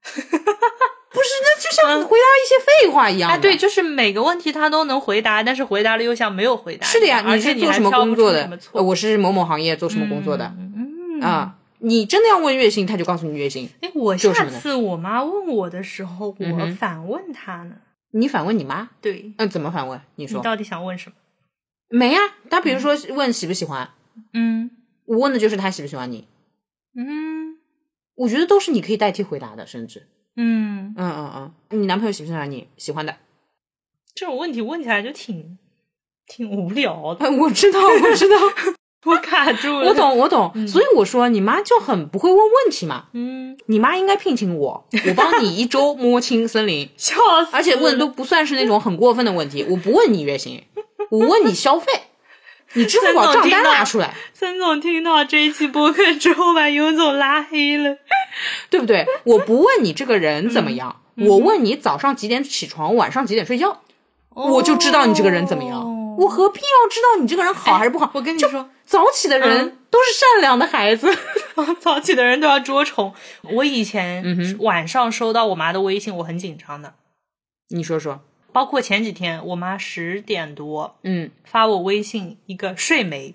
[SPEAKER 2] 不是，那就像回答一些废话一样的。
[SPEAKER 1] 啊，嗯对，，就是每个问题他都能回答，但是回答了又像没有回答一样。
[SPEAKER 2] 是的呀。
[SPEAKER 1] 而且
[SPEAKER 2] 是
[SPEAKER 1] 你
[SPEAKER 2] 做
[SPEAKER 1] 还
[SPEAKER 2] 什么
[SPEAKER 1] 挑不
[SPEAKER 2] 工
[SPEAKER 1] 出
[SPEAKER 2] 作
[SPEAKER 1] 什
[SPEAKER 2] 的
[SPEAKER 1] 么？
[SPEAKER 2] 呃
[SPEAKER 1] 错
[SPEAKER 2] 我是某某行业做什么工作的
[SPEAKER 1] 嗯，
[SPEAKER 2] 啊、你真的要问月薪，他就告诉你月薪。
[SPEAKER 1] 哎，我
[SPEAKER 2] 就是
[SPEAKER 1] 下
[SPEAKER 2] 什么呢
[SPEAKER 1] 次我妈问我的时候，
[SPEAKER 2] 嗯
[SPEAKER 1] 我
[SPEAKER 2] 哼
[SPEAKER 1] 反问她呢。
[SPEAKER 2] 你反问你妈，
[SPEAKER 1] 对
[SPEAKER 2] 嗯，怎嗯么反问？你
[SPEAKER 1] 你
[SPEAKER 2] 说
[SPEAKER 1] 到底想问什么？
[SPEAKER 2] 没呀、他比如说问喜不喜欢，
[SPEAKER 1] 嗯
[SPEAKER 2] 我问的就是他喜不喜欢你。
[SPEAKER 1] 嗯
[SPEAKER 2] 我觉得都是你可以代替回答的，甚至，
[SPEAKER 1] 嗯，
[SPEAKER 2] 嗯嗯嗯，你男朋友喜不喜欢你？喜欢的。 *laughs*
[SPEAKER 1] 这种问题问起来就挺挺无聊的，
[SPEAKER 2] 呃我 *laughs* 知道，我知道，
[SPEAKER 1] 我卡住了。
[SPEAKER 2] 我懂，我懂。所以我说，你妈就很不会问问题嘛。
[SPEAKER 1] 嗯，
[SPEAKER 2] 你妈应该聘请 *laughs* 我，我帮你一周摸清森林。
[SPEAKER 1] 笑死！
[SPEAKER 2] 而且问都不算是那种很过分的问题，我不问你月薪，我问你消费，你支付宝账单拿出来，
[SPEAKER 1] 孙总听到这一期播客之后，把尤总拉黑了。
[SPEAKER 2] 对
[SPEAKER 1] *laughs*
[SPEAKER 2] 不对？我不问你这个人怎么样，
[SPEAKER 1] 嗯
[SPEAKER 2] 我问你早上几点起床，晚上几点睡觉，我就知道你这个人怎么样。
[SPEAKER 1] 哦哎
[SPEAKER 2] 我何必要知道你这个人好还是不好？
[SPEAKER 1] 我跟你说，嗯
[SPEAKER 2] 早起的人都是善良的
[SPEAKER 1] *laughs*
[SPEAKER 2] 孩子，
[SPEAKER 1] 早起的人都要捉虫。我以
[SPEAKER 2] 嗯
[SPEAKER 1] 前晚上收到我妈的微信，我很紧张的。
[SPEAKER 2] 你说说，
[SPEAKER 1] 包括前几天，我妈十点多
[SPEAKER 2] 嗯，
[SPEAKER 1] 发我微信一个睡没，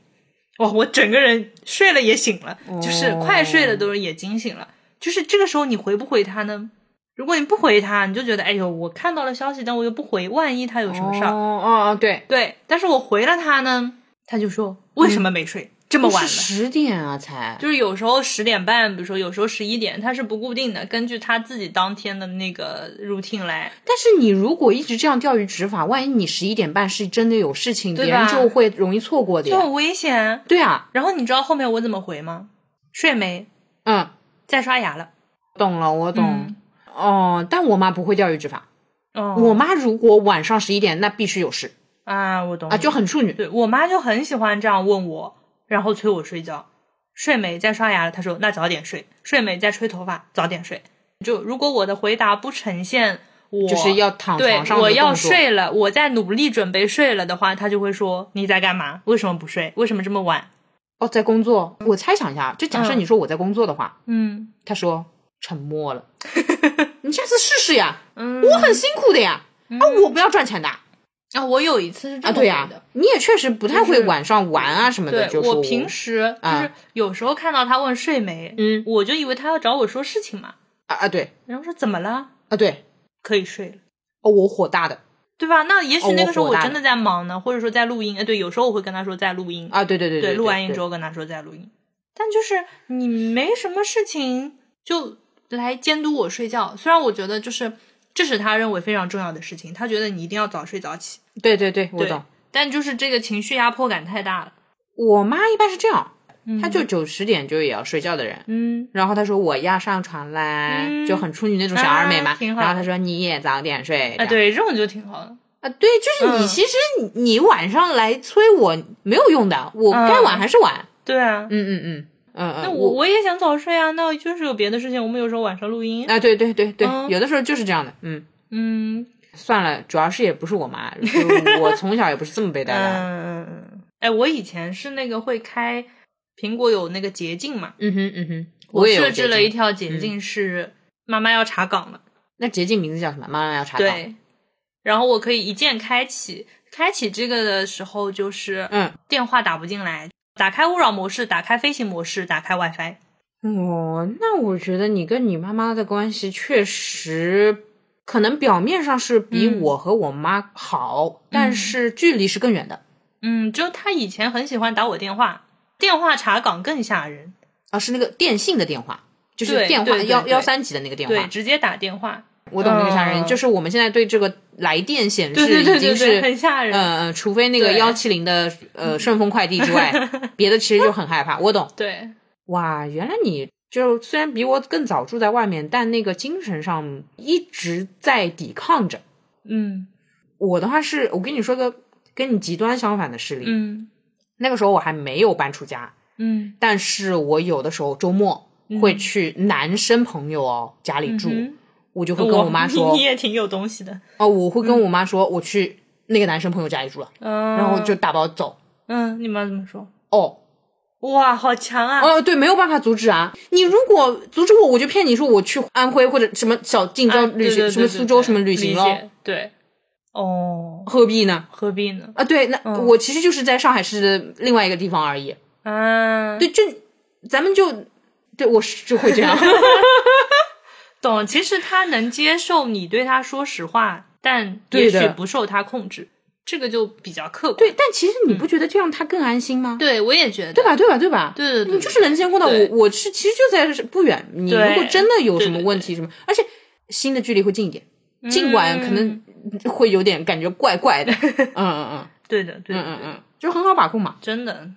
[SPEAKER 1] 哇，我整个人睡了也醒了，
[SPEAKER 2] 哦
[SPEAKER 1] 就是快睡了都是也惊醒了。就是这个时候你回不回她呢？如果你不回她，你就觉得哎呦，我看到了消息，但我又不回，万一她有什么事儿
[SPEAKER 2] 哦？哦哦，对，
[SPEAKER 1] 对，但是我回了他呢，他就说为什么没睡、这么晚了？
[SPEAKER 2] 是十点啊才，
[SPEAKER 1] 就是有时候十点半，比如说有时候十一点，它是不固定的，根据他自己当天的那个 routine 来。
[SPEAKER 2] 但是你如果一直这样钓鱼执法，万一你十一点半是真的有事情，
[SPEAKER 1] 对
[SPEAKER 2] 别人
[SPEAKER 1] 吧
[SPEAKER 2] 就会容易错过的
[SPEAKER 1] 就
[SPEAKER 2] 呀。
[SPEAKER 1] 很危险。
[SPEAKER 2] 对啊，
[SPEAKER 1] 然后你知道后面我怎么回吗？睡没？
[SPEAKER 2] 嗯，
[SPEAKER 1] 在刷牙了。
[SPEAKER 2] 懂了，我懂。
[SPEAKER 1] 嗯
[SPEAKER 2] 哦，但我妈不会钓鱼执法。
[SPEAKER 1] 哦，
[SPEAKER 2] 我妈如果晚上十一点，那必须有事
[SPEAKER 1] 啊，我懂
[SPEAKER 2] 啊，就很处女。
[SPEAKER 1] 对我妈就很喜欢这样问我，然后催我睡觉。睡没？在刷牙了。她说那早点睡。睡没？在吹头发，早点睡。就如果我的回答不呈现我
[SPEAKER 2] 就是要躺
[SPEAKER 1] 对
[SPEAKER 2] 床上的
[SPEAKER 1] 我要
[SPEAKER 2] 动作
[SPEAKER 1] 睡了，我在努力准备睡了的话，他就会说你在干嘛？为什么不睡？为什么这么晚？
[SPEAKER 2] 哦，在工作。我猜想一下，就假设
[SPEAKER 1] 嗯
[SPEAKER 2] 你说我在工作的话，
[SPEAKER 1] 嗯
[SPEAKER 2] 他说沉
[SPEAKER 1] *laughs*
[SPEAKER 2] 默了，你下次试试呀，
[SPEAKER 1] 嗯
[SPEAKER 2] 我很辛苦的呀，啊，我不要赚钱的啊，
[SPEAKER 1] 啊，我有一次是这么
[SPEAKER 2] 对呀
[SPEAKER 1] 回的，
[SPEAKER 2] 你也确实不太
[SPEAKER 1] 就
[SPEAKER 2] 会
[SPEAKER 1] 是
[SPEAKER 2] 晚上玩啊什么的，
[SPEAKER 1] 对
[SPEAKER 2] 就说
[SPEAKER 1] 我平时就是
[SPEAKER 2] 啊
[SPEAKER 1] 有时候看到他问睡没，
[SPEAKER 2] 嗯
[SPEAKER 1] 我就以为他要找我说事情嘛，
[SPEAKER 2] 啊啊对
[SPEAKER 1] 然后说怎么了？
[SPEAKER 2] 啊对，
[SPEAKER 1] 可以睡了。
[SPEAKER 2] 哦我火大的
[SPEAKER 1] 对吧？那也许
[SPEAKER 2] 哦
[SPEAKER 1] 那
[SPEAKER 2] 我
[SPEAKER 1] 个时候
[SPEAKER 2] 火
[SPEAKER 1] 我
[SPEAKER 2] 大
[SPEAKER 1] 真的在忙呢，或者说在录音。哎，对，有时候我会跟他说在录音，
[SPEAKER 2] 啊对对对
[SPEAKER 1] 对，录完音之
[SPEAKER 2] 后
[SPEAKER 1] 后跟他说在录音。但就是你没什么事情就来监督我睡觉，虽然我觉得就是这是他认为非常重要的事情，他觉得你一定要早睡早起，
[SPEAKER 2] 对对对我
[SPEAKER 1] 对
[SPEAKER 2] 懂，
[SPEAKER 1] 但就是这个情绪压迫感太大了。
[SPEAKER 2] 我妈一般是这样，
[SPEAKER 1] 嗯
[SPEAKER 2] 她就九十点就也要睡觉的人。
[SPEAKER 1] 嗯，
[SPEAKER 2] 然后她说我要上床啦，
[SPEAKER 1] 嗯
[SPEAKER 2] 就很处女那种小二美嘛。
[SPEAKER 1] 啊挺好
[SPEAKER 2] 然后她说你也早点睡。
[SPEAKER 1] 哎，对，这种就挺好的。
[SPEAKER 2] 啊，对，就是你、
[SPEAKER 1] 嗯
[SPEAKER 2] 其实你你晚上来催我没有用的，我该晚还是晚。
[SPEAKER 1] 对啊，
[SPEAKER 2] 嗯嗯嗯嗯嗯。
[SPEAKER 1] 嗯那我
[SPEAKER 2] 我
[SPEAKER 1] 我也想早睡啊，那就是有别的事情，我们有时候晚上录音。
[SPEAKER 2] 啊，对对对对、
[SPEAKER 1] 嗯
[SPEAKER 2] 有的时候就是这样的。嗯，
[SPEAKER 1] 嗯
[SPEAKER 2] 算了，主要是也不是我妈，就是我从小也不是这么被带大
[SPEAKER 1] *laughs*
[SPEAKER 2] 的。
[SPEAKER 1] 嗯，哎，我以前是那个会开苹果有那个捷径嘛，
[SPEAKER 2] 嗯哼嗯哼，
[SPEAKER 1] 我
[SPEAKER 2] 也有
[SPEAKER 1] 设置
[SPEAKER 2] 捷
[SPEAKER 1] 了
[SPEAKER 2] 径嗯
[SPEAKER 1] 一条捷径是妈妈要查岗了，
[SPEAKER 2] 那捷径名字叫什么？妈妈要查岗。
[SPEAKER 1] 对，然后我可以一键开启，开启这个的时候就是
[SPEAKER 2] 嗯，
[SPEAKER 1] 电话打不进来，打开勿扰模式，打开飞行模式，打开 WiFi。
[SPEAKER 2] 哦，那我觉得你跟你妈妈的关系确实可能表面上是比
[SPEAKER 1] 嗯
[SPEAKER 2] 我和我妈好，但是距离是更远的
[SPEAKER 1] 嗯，就他以前很喜欢打我电话，电话查岗更吓人，
[SPEAKER 2] 啊，是那个电信的电话，就是
[SPEAKER 1] 对
[SPEAKER 2] 电话
[SPEAKER 1] 对对
[SPEAKER 2] 幺
[SPEAKER 1] 对
[SPEAKER 2] 幺三级的那个电
[SPEAKER 1] 对，
[SPEAKER 2] 话。
[SPEAKER 1] 直接打电话，
[SPEAKER 2] 我懂那个吓人，
[SPEAKER 1] 嗯
[SPEAKER 2] 就是我们现在对这个来电显
[SPEAKER 1] 对对
[SPEAKER 2] 示
[SPEAKER 1] 对对
[SPEAKER 2] 已经
[SPEAKER 1] 对，
[SPEAKER 2] 是。
[SPEAKER 1] 很吓人。
[SPEAKER 2] 嗯嗯，除非那个
[SPEAKER 1] 对
[SPEAKER 2] 幺七零的呃顺丰快递之外，
[SPEAKER 1] *laughs*
[SPEAKER 2] 别的其实就很害怕。我懂，
[SPEAKER 1] 对，
[SPEAKER 2] 哇，原来你就虽然比我更早住在外面，但那个精神上一直在抵抗着。
[SPEAKER 1] 嗯
[SPEAKER 2] 我的话是，我跟你说个跟你极端相反的事例。
[SPEAKER 1] 嗯
[SPEAKER 2] 那个时候我还没有搬出家，
[SPEAKER 1] 嗯，
[SPEAKER 2] 但是我有的时候周末会去男生朋友哦、家里住，
[SPEAKER 1] 嗯
[SPEAKER 2] 我就会
[SPEAKER 1] 哼哦 *laughs*
[SPEAKER 2] 跟我妈说
[SPEAKER 1] 你，你也挺有东西的，
[SPEAKER 2] 哦，我会跟我妈说、我去那个男生朋友家里住了，
[SPEAKER 1] 嗯，
[SPEAKER 2] 然后就打包走。
[SPEAKER 1] 嗯，你妈怎么说？
[SPEAKER 2] 哦，
[SPEAKER 1] 哇，好强啊！
[SPEAKER 2] 哦，对，没有办法阻止啊！你如果阻止我，我就骗你说我去安徽或者什么小晋
[SPEAKER 1] 啊
[SPEAKER 2] 江旅行，
[SPEAKER 1] 对对对
[SPEAKER 2] 什
[SPEAKER 1] 对
[SPEAKER 2] 么苏
[SPEAKER 1] 对
[SPEAKER 2] 州
[SPEAKER 1] 对
[SPEAKER 2] 什么旅行
[SPEAKER 1] 理
[SPEAKER 2] 咯，
[SPEAKER 1] 解对，哦，
[SPEAKER 2] 何必呢？
[SPEAKER 1] 何必呢？
[SPEAKER 2] 啊，对，那、
[SPEAKER 1] 嗯
[SPEAKER 2] 我其实就是在上海市的另外一个地方而已。
[SPEAKER 1] 啊，
[SPEAKER 2] 对，就咱们就对我是就会这样。
[SPEAKER 1] 懂。其实他能接受你对他说实话，但也
[SPEAKER 2] 对的
[SPEAKER 1] 许不受他控制，这个就比较客观。
[SPEAKER 2] *laughs* 对，但其实你不觉得这样他更安心吗？
[SPEAKER 1] 对，我也觉
[SPEAKER 2] 对
[SPEAKER 1] 得，
[SPEAKER 2] 吧？对吧？对吧？
[SPEAKER 1] 对对对
[SPEAKER 2] 你就是能见过的。我
[SPEAKER 1] 对
[SPEAKER 2] 我是其实就在不远，你
[SPEAKER 1] 对
[SPEAKER 2] 如果真的有什么
[SPEAKER 1] 对对
[SPEAKER 2] 问题什么，而且新的距离会近一点，尽管可能会有点感觉怪怪 *laughs* 的。嗯嗯嗯
[SPEAKER 1] 对的，对
[SPEAKER 2] 嗯
[SPEAKER 1] 的，
[SPEAKER 2] 嗯
[SPEAKER 1] 对的
[SPEAKER 2] 嗯，就很好把控嘛。
[SPEAKER 1] 真的，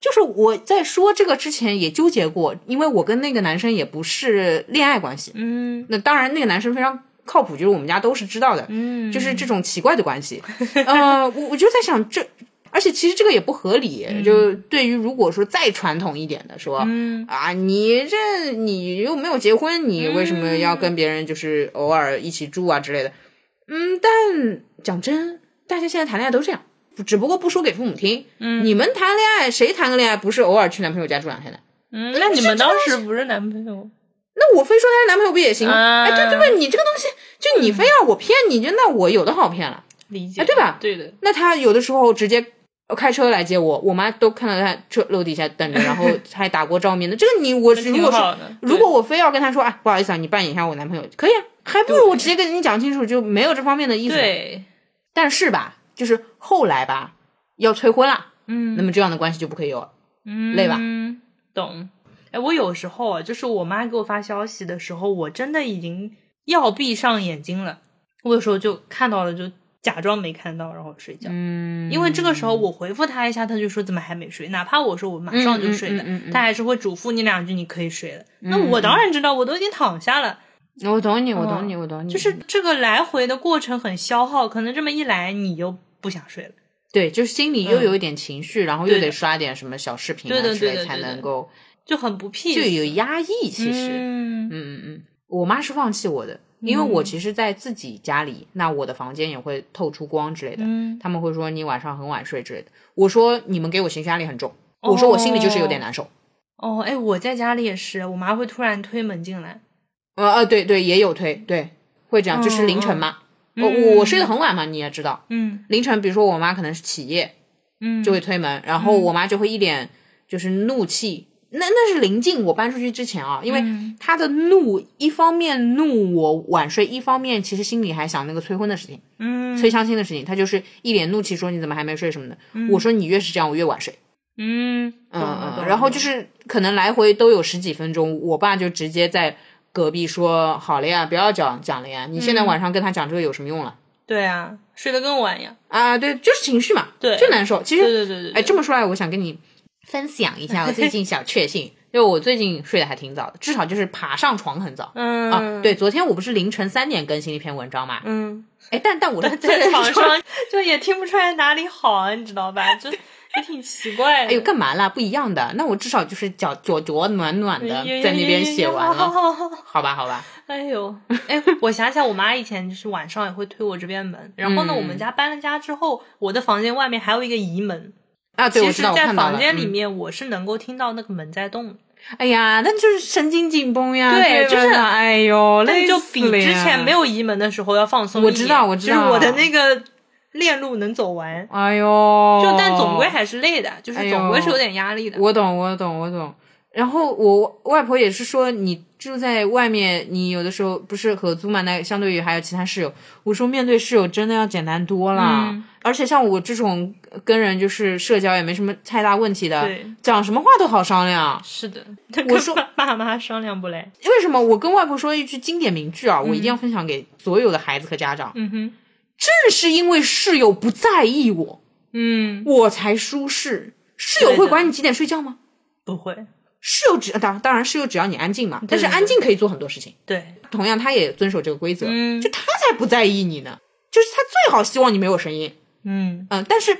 [SPEAKER 2] 就是我在说这个之前也纠结过，因为我跟那个男生也不是恋爱关系。
[SPEAKER 1] 嗯
[SPEAKER 2] 那当然，那个男生非常靠谱，就是我们家都是知道的。
[SPEAKER 1] 嗯，
[SPEAKER 2] 就是这种奇怪的关系。呃，我我就在想这，而且其实这个也不合理。就对于如果说再传统一点的说。
[SPEAKER 1] 嗯
[SPEAKER 2] 啊，你这你又没有结婚，你为什么
[SPEAKER 1] 嗯
[SPEAKER 2] 要跟别人就是偶尔一起住啊之类的？嗯，但讲真，大家现在谈恋爱都这样，只不过不说给父母听。
[SPEAKER 1] 嗯
[SPEAKER 2] 你们谈恋爱，谁谈个恋爱不是偶尔去男朋友家住两天的？
[SPEAKER 1] 嗯，那你们当时不是男朋友？
[SPEAKER 2] 那我非说他是男朋友不也行吗？
[SPEAKER 1] 啊
[SPEAKER 2] 哎，对对对，你这个东西，就你非要我骗你，就那我有的好骗了。
[SPEAKER 1] 理解，
[SPEAKER 2] 哎对吧
[SPEAKER 1] 对的，
[SPEAKER 2] 那他有的时候直接开车来接我，我妈都看到他车楼底下等着，
[SPEAKER 1] *laughs*
[SPEAKER 2] 然后还打过照面的。这个你我
[SPEAKER 1] 那
[SPEAKER 2] 是如
[SPEAKER 1] 挺
[SPEAKER 2] 果
[SPEAKER 1] 好
[SPEAKER 2] 说
[SPEAKER 1] 的。
[SPEAKER 2] 如果我非要跟他说，哎，不好意思啊，你扮演一下我男朋友可以啊，还不如我直接跟你讲清楚，就没有这方面的意思。
[SPEAKER 1] 对，对，
[SPEAKER 2] 但是吧，就是后来吧，要催婚了，
[SPEAKER 1] 嗯
[SPEAKER 2] 那么这样的关系就不可以有了。
[SPEAKER 1] 嗯，
[SPEAKER 2] 累吧
[SPEAKER 1] 懂。哎，我有时候啊，就是我妈给我发消息的时候，我真的已经要闭上眼睛了。我有时候就看到了，就假装没看到，然后睡觉。
[SPEAKER 2] 嗯
[SPEAKER 1] 因为这个时候我回复她一下，她就说怎么还没睡？哪怕我说我马上就睡了，
[SPEAKER 2] 嗯嗯嗯嗯嗯嗯
[SPEAKER 1] 她还是会嘱咐你两句，你可以睡了。那我当然知道，我都已经躺下了。
[SPEAKER 2] 我懂你，我
[SPEAKER 1] 嗯
[SPEAKER 2] 懂你，我懂你，
[SPEAKER 1] 就是这个来回的过程很消耗，可能这么一来你又不想睡了。
[SPEAKER 2] 对，就是心里又有一点情绪，然后
[SPEAKER 1] 嗯对
[SPEAKER 2] 又
[SPEAKER 1] 的
[SPEAKER 2] 得刷点什么小视频
[SPEAKER 1] 对
[SPEAKER 2] 啊
[SPEAKER 1] 的
[SPEAKER 2] 之
[SPEAKER 1] 对的
[SPEAKER 2] 类，才
[SPEAKER 1] 对的
[SPEAKER 2] 能够
[SPEAKER 1] 就很不 peace，
[SPEAKER 2] 就有压抑。其实，
[SPEAKER 1] 嗯
[SPEAKER 2] 嗯嗯，嗯，我妈是放弃我的，因为我其实，在自己家里，那我的房间也会透出光之类的，
[SPEAKER 1] 嗯
[SPEAKER 2] 他们会说你晚上很晚睡之类的。我说你们给我情绪压力很重，我说我心里就是有点难受。
[SPEAKER 1] 哦，哎，我在家里也是，我妈会突然推门进来，
[SPEAKER 2] 呃呃，对对，也有推，对，会这样，就是凌晨嘛。
[SPEAKER 1] 哦
[SPEAKER 2] 我我我睡得很晚嘛，你也知道，
[SPEAKER 1] 嗯
[SPEAKER 2] 凌晨，比如说我妈可能是起夜，
[SPEAKER 1] 嗯，
[SPEAKER 2] 就会推门，然后我妈就会一脸就是怒气。那那是临近我搬出去之前啊，因为
[SPEAKER 1] 嗯
[SPEAKER 2] 她的怒，一方面怒我晚睡，一方面其实心里还想那个催婚的事情、
[SPEAKER 1] 嗯
[SPEAKER 2] 催相亲的事情，她就是一脸怒气说你怎么还没睡什么的。我说你越是这样，我越晚睡。
[SPEAKER 1] 嗯懂了
[SPEAKER 2] 嗯
[SPEAKER 1] 懂
[SPEAKER 2] 嗯，
[SPEAKER 1] 了
[SPEAKER 2] 然后就是可能来回都有十几分钟，我爸就直接在隔壁说：“好了呀，不要讲讲了呀，你现在
[SPEAKER 1] 嗯
[SPEAKER 2] 晚上跟他讲这个有什么用了？”
[SPEAKER 1] 对啊，睡得更晚呀，
[SPEAKER 2] 啊，对，就是情绪嘛，
[SPEAKER 1] 对
[SPEAKER 2] 就难受。其实，
[SPEAKER 1] 对对对对对
[SPEAKER 2] 哎，这么说来，我想跟你分享一下我最近小确幸， *laughs* 就我最近睡得还挺早的，至少就是爬上床很早。
[SPEAKER 1] 嗯
[SPEAKER 2] 啊，对，昨天我不是凌晨三点更新了一篇文章嘛？
[SPEAKER 1] 嗯，
[SPEAKER 2] 哎，但但我是
[SPEAKER 1] 在床上 *laughs* 就也听不出来哪里好啊，你知道 *laughs* 吧？就也挺奇怪的，
[SPEAKER 2] 哎呦，干嘛啦？不一样的。那我至少就是脚脚脚暖暖的，
[SPEAKER 1] 哎呦
[SPEAKER 2] 在那边写完了，。
[SPEAKER 1] 哎呦
[SPEAKER 2] 好吧，好吧。
[SPEAKER 1] *laughs* 哎 *laughs* 呦，哎，我想起来，我妈以前就是晚上也会推我这边门，然后呢，
[SPEAKER 2] 嗯
[SPEAKER 1] 我们家搬了家之后，我的房间外面还有一个移门，
[SPEAKER 2] 啊，对，
[SPEAKER 1] 其
[SPEAKER 2] 我
[SPEAKER 1] 实
[SPEAKER 2] 知道，，我
[SPEAKER 1] 在
[SPEAKER 2] 看到
[SPEAKER 1] 房
[SPEAKER 2] 了
[SPEAKER 1] 间里、
[SPEAKER 2] 嗯
[SPEAKER 1] 面我是能够听到那个门在动的，
[SPEAKER 2] 哎呀，那就是神经紧绷呀，
[SPEAKER 1] 对
[SPEAKER 2] 吧
[SPEAKER 1] 就是
[SPEAKER 2] 哎呦，
[SPEAKER 1] 但
[SPEAKER 2] 累
[SPEAKER 1] 就
[SPEAKER 2] 死
[SPEAKER 1] 比
[SPEAKER 2] 了呀
[SPEAKER 1] 之前没，有移门的时候要放松一
[SPEAKER 2] 我
[SPEAKER 1] 点
[SPEAKER 2] 知道我知道
[SPEAKER 1] 就是我的那个链路能走完，
[SPEAKER 2] 哎呦，
[SPEAKER 1] 就但总归还是累的，就是
[SPEAKER 2] 哎呦
[SPEAKER 1] 总归是有点压力的。
[SPEAKER 2] 我懂，我懂，我懂。然后我外婆也是说，你住在外面，你有的时候不是合租嘛，那相对于还有其他室友，我说面对室友真的要简单多了。
[SPEAKER 1] 嗯
[SPEAKER 2] 而且像我这种跟人就是社交也没什么太大问题的
[SPEAKER 1] 对，
[SPEAKER 2] 讲什么话都好商量。
[SPEAKER 1] 是的，跟
[SPEAKER 2] *laughs* 我说
[SPEAKER 1] 爸妈商量不来。
[SPEAKER 2] 为什么我跟外婆说一句经典名句啊，我一定要分享给所有的孩子和家长，
[SPEAKER 1] 嗯哼，
[SPEAKER 2] 正是因为室友不在意我，
[SPEAKER 1] 嗯，
[SPEAKER 2] 我才舒适。室友
[SPEAKER 1] 对
[SPEAKER 2] 会
[SPEAKER 1] 的
[SPEAKER 2] 管你几点睡觉吗？
[SPEAKER 1] 不会，
[SPEAKER 2] 室友只当当然室友只要你安静嘛，但是
[SPEAKER 1] 对对
[SPEAKER 2] 安静可以做很多事情。
[SPEAKER 1] 对，
[SPEAKER 2] 同样，他也遵守这个规则，
[SPEAKER 1] 嗯
[SPEAKER 2] 就他才不在意你呢。就是他最好希望你没有声音，
[SPEAKER 1] 嗯，
[SPEAKER 2] 嗯，但是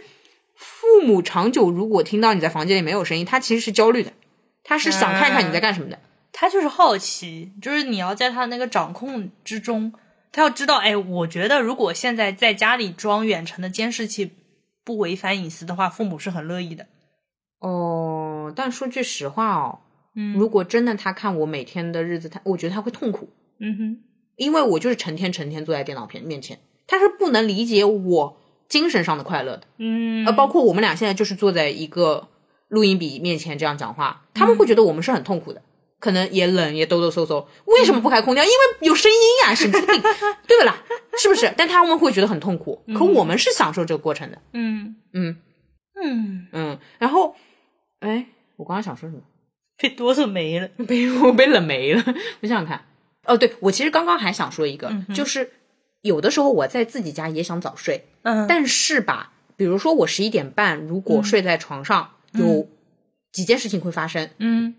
[SPEAKER 2] 父母长久如果听到你在房间里没有声音，他其实是焦虑的，他是想看看你在干什么的。
[SPEAKER 1] 他就是好奇，就是你要在他那个掌控之中，他要知道，哎，我觉得如果现在在家里装远程的监视器，不违反隐私的话，父母是很乐意的。
[SPEAKER 2] 哦，但说句实话
[SPEAKER 1] 啊
[SPEAKER 2] 哦，
[SPEAKER 1] 嗯
[SPEAKER 2] 如果真的他看我每天的日子，他我觉得他会痛苦，
[SPEAKER 1] 嗯哼，
[SPEAKER 2] 因为我就是成天成天坐在电脑前面前，他是不能理解我精神上的快乐的。
[SPEAKER 1] 嗯
[SPEAKER 2] 呃，包括我们俩现在就是坐在一个录音笔面前这样讲话，他们会觉得我们是很痛苦的，可能也冷也哆哆嗦嗦。为什么不开空调？因为有声音呀、神经病，对不啦？是不是？但他们会觉得很痛苦，可我们是享受这个过程的。
[SPEAKER 1] 嗯
[SPEAKER 2] 嗯
[SPEAKER 1] 嗯，
[SPEAKER 2] 嗯，然后，哎，我刚刚想说什么？ *laughs*
[SPEAKER 1] 被哆嗦没了。
[SPEAKER 2] 被我被冷没了。我想想看，哦，对我其实刚刚还想说一个，就是有的时候我在自己家也想早睡，
[SPEAKER 1] 嗯，
[SPEAKER 2] 但是吧，比如说我十一点半如果睡在床上，有几件事情会发生。
[SPEAKER 1] 嗯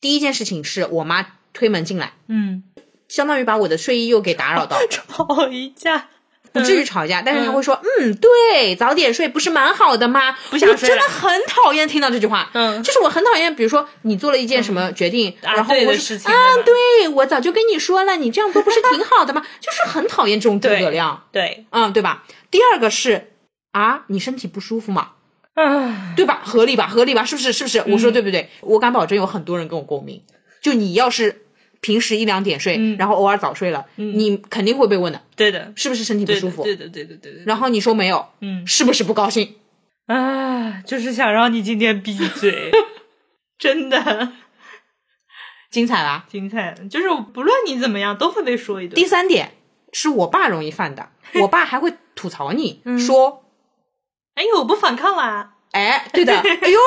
[SPEAKER 2] 第一件事情是我妈推门进来，
[SPEAKER 1] *laughs* 嗯，，
[SPEAKER 2] 相当于把我的睡意又给打扰到
[SPEAKER 1] *laughs* 吵一架，
[SPEAKER 2] 不至于吵架，但是她会说，嗯对，早点睡不是蛮好的吗？
[SPEAKER 1] 不想
[SPEAKER 2] 我
[SPEAKER 1] 睡
[SPEAKER 2] 真的
[SPEAKER 1] 了
[SPEAKER 2] 很讨厌听到这句话，
[SPEAKER 1] 嗯
[SPEAKER 2] 就是我很讨厌，比如说你做了一件什么决定，
[SPEAKER 1] 啊
[SPEAKER 2] 然后
[SPEAKER 1] 对的
[SPEAKER 2] 我
[SPEAKER 1] 事
[SPEAKER 2] 说
[SPEAKER 1] 情
[SPEAKER 2] 啊
[SPEAKER 1] 对吧，
[SPEAKER 2] 对我早就跟你说了，你这样做不是挺好的吗？ *laughs* 就是很讨厌这种诸
[SPEAKER 1] 对
[SPEAKER 2] 葛亮，
[SPEAKER 1] 对，
[SPEAKER 2] 嗯，对吧？第二个是啊，你身体不舒服吗？
[SPEAKER 1] 啊，
[SPEAKER 2] 对吧？合理吧？合理吧？是不是？是不是？我
[SPEAKER 1] 嗯
[SPEAKER 2] 说对不对？我敢保证有很多人跟我共鸣。就你要是平时一两点睡，
[SPEAKER 1] 嗯
[SPEAKER 2] 然后偶尔早睡了，你肯定会被问的，
[SPEAKER 1] 对的，
[SPEAKER 2] 是不是身体
[SPEAKER 1] 嗯
[SPEAKER 2] 不
[SPEAKER 1] 对的
[SPEAKER 2] 舒服？
[SPEAKER 1] 对的，对的，对的，
[SPEAKER 2] 然后你说没有，
[SPEAKER 1] 嗯
[SPEAKER 2] 是不是不高兴？
[SPEAKER 1] 啊，就是想让你今天闭嘴， *laughs* 真的
[SPEAKER 2] 精彩啦！
[SPEAKER 1] 精彩，就是不论你怎么样都会被说一顿。
[SPEAKER 2] 第三点是我爸容
[SPEAKER 1] *laughs*
[SPEAKER 2] 易犯的，我爸还会吐槽你、
[SPEAKER 1] 嗯
[SPEAKER 2] 说，
[SPEAKER 1] 哎呦，我不反抗啦，
[SPEAKER 2] 哎，对
[SPEAKER 1] *laughs*
[SPEAKER 2] 的，哎呦，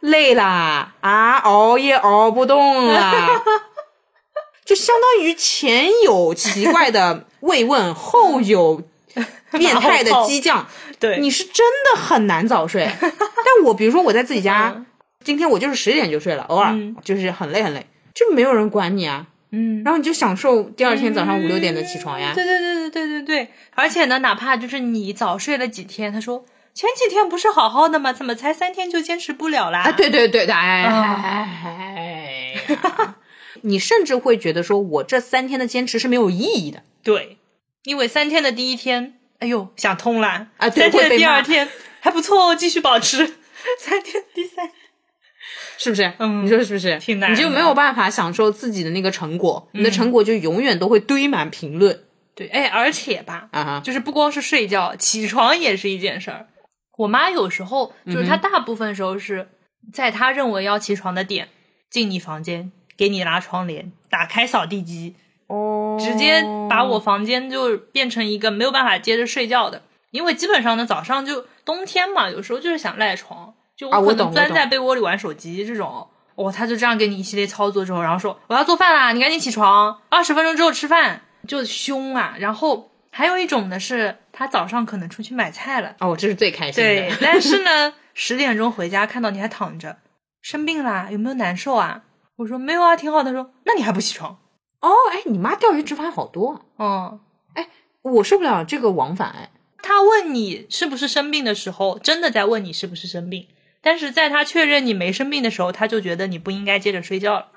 [SPEAKER 2] 累啦啊，熬夜熬不
[SPEAKER 1] *laughs*
[SPEAKER 2] 动啦。就相当于前有奇怪的慰问，后
[SPEAKER 1] *laughs*
[SPEAKER 2] 有变态的激将，
[SPEAKER 1] 对，
[SPEAKER 2] 你是真的很难
[SPEAKER 1] *laughs*
[SPEAKER 2] 早睡。但我比如说我在自己家
[SPEAKER 1] 嗯，
[SPEAKER 2] 今天我就是十点就睡了，偶尔
[SPEAKER 1] 嗯
[SPEAKER 2] 就是很累很累，就没有人管你啊，
[SPEAKER 1] 嗯，
[SPEAKER 2] 然后你就享受第二天早上五六点的起床呀。
[SPEAKER 1] 对对对对对对对，而且呢，哪怕就是你早睡了几天，他说前几天不是好好的吗？怎么
[SPEAKER 2] 啊
[SPEAKER 1] 才三天就坚持不了啦？
[SPEAKER 2] 哎啊，对对对的，哎
[SPEAKER 1] 啊
[SPEAKER 2] 哎哎哎呀。 *laughs* 你甚至会觉得说我这三天的坚持是没有意义的。
[SPEAKER 1] 对，因为三天的第一天，哎呦想通了
[SPEAKER 2] 啊对
[SPEAKER 1] 三天
[SPEAKER 2] 会被
[SPEAKER 1] 的第
[SPEAKER 2] 骂
[SPEAKER 1] 二天还不错哦，继续保
[SPEAKER 2] *laughs*
[SPEAKER 1] 持。三天第三，
[SPEAKER 2] 是不是？
[SPEAKER 1] 嗯
[SPEAKER 2] 你说是不是？
[SPEAKER 1] 挺难的嗯
[SPEAKER 2] 你就没有办法享受自己的那个成果，你的成果就永远都会堆满评论
[SPEAKER 1] 对，哎，而且吧，
[SPEAKER 2] 啊哈。
[SPEAKER 1] 就是不光是睡觉，起床也是一件事儿。我妈有时候就是
[SPEAKER 2] 嗯
[SPEAKER 1] 她大部分时候是在她认为要起床的点进你房间，给你拉窗帘，打开扫地机，
[SPEAKER 2] 哦，
[SPEAKER 1] 直接把我房间就变成一个没有办法接着睡觉的，因为基本上呢早上就冬天嘛，有时候就是想赖床，就
[SPEAKER 2] 啊我
[SPEAKER 1] 可
[SPEAKER 2] 懂
[SPEAKER 1] 能
[SPEAKER 2] 我
[SPEAKER 1] 钻
[SPEAKER 2] 懂
[SPEAKER 1] 在被窝里玩手机这种。哦，他就这样给你一系列操作之后，然后说我要做饭啦，你赶紧起床，二十分钟之后吃饭，就凶啊。然后还有一种呢是，他早上可能出去买菜了，
[SPEAKER 2] 哦，这是最开心的。
[SPEAKER 1] 对，但是呢，十点钟回家看到你还躺着，生病啦，有没有难受啊？我说没有啊，挺好的。他说那你还不起床？
[SPEAKER 2] 哦，哎，你妈钓鱼执法好多啊，
[SPEAKER 1] 嗯，
[SPEAKER 2] 我受不了这个往返。哎
[SPEAKER 1] 他问你是不是生病的时候，真的在问你是不是生病。但是在他确认你没生病的时候，他就觉得你不应该接着睡觉了。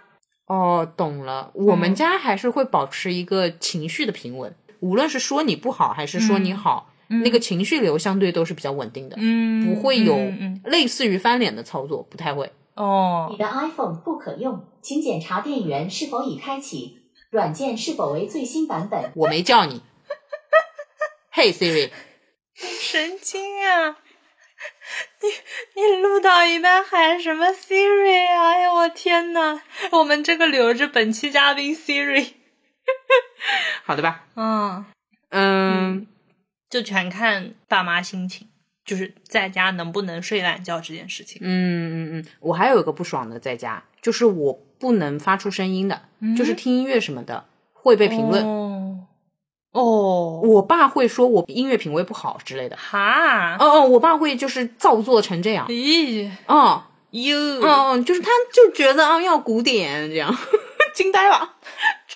[SPEAKER 2] 哦，懂了。我们
[SPEAKER 1] 嗯
[SPEAKER 2] 家还是会保持一个情绪的平稳，无论是说你不好还是说你好，那个情绪流相对都是比较稳定的，
[SPEAKER 1] 嗯
[SPEAKER 2] 不会有
[SPEAKER 1] 嗯嗯
[SPEAKER 2] 类似于翻脸的操作，不太会。
[SPEAKER 1] 哦
[SPEAKER 3] 你，的 iPhone 不可用，请检查电源是否已开启，软件是否为最新版本。
[SPEAKER 2] 我没叫你。 *laughs* 嘿、Siri，
[SPEAKER 1] 神经啊！你你录到一半喊什么 Siri？哎呀，我天呐，我们这个留着本期嘉宾 Siri。
[SPEAKER 2] 好的吧？
[SPEAKER 1] 嗯，
[SPEAKER 2] 嗯，
[SPEAKER 1] 就全看爸妈心情，就是在家能不能睡懒觉这件事情。
[SPEAKER 2] 嗯嗯嗯，我还有一个不爽的在家，就是我不能发出声音的，就是听音乐什么的会被评论。
[SPEAKER 1] 嗯哦，哦
[SPEAKER 2] 我爸会说我音乐品味不好之类的。
[SPEAKER 1] 哈，
[SPEAKER 2] 哦哦，我爸会就是造作成这样。
[SPEAKER 1] 咦
[SPEAKER 2] 哦
[SPEAKER 1] 哟，
[SPEAKER 2] 哦，就是他就觉得啊要古典这样， *laughs* 惊呆了。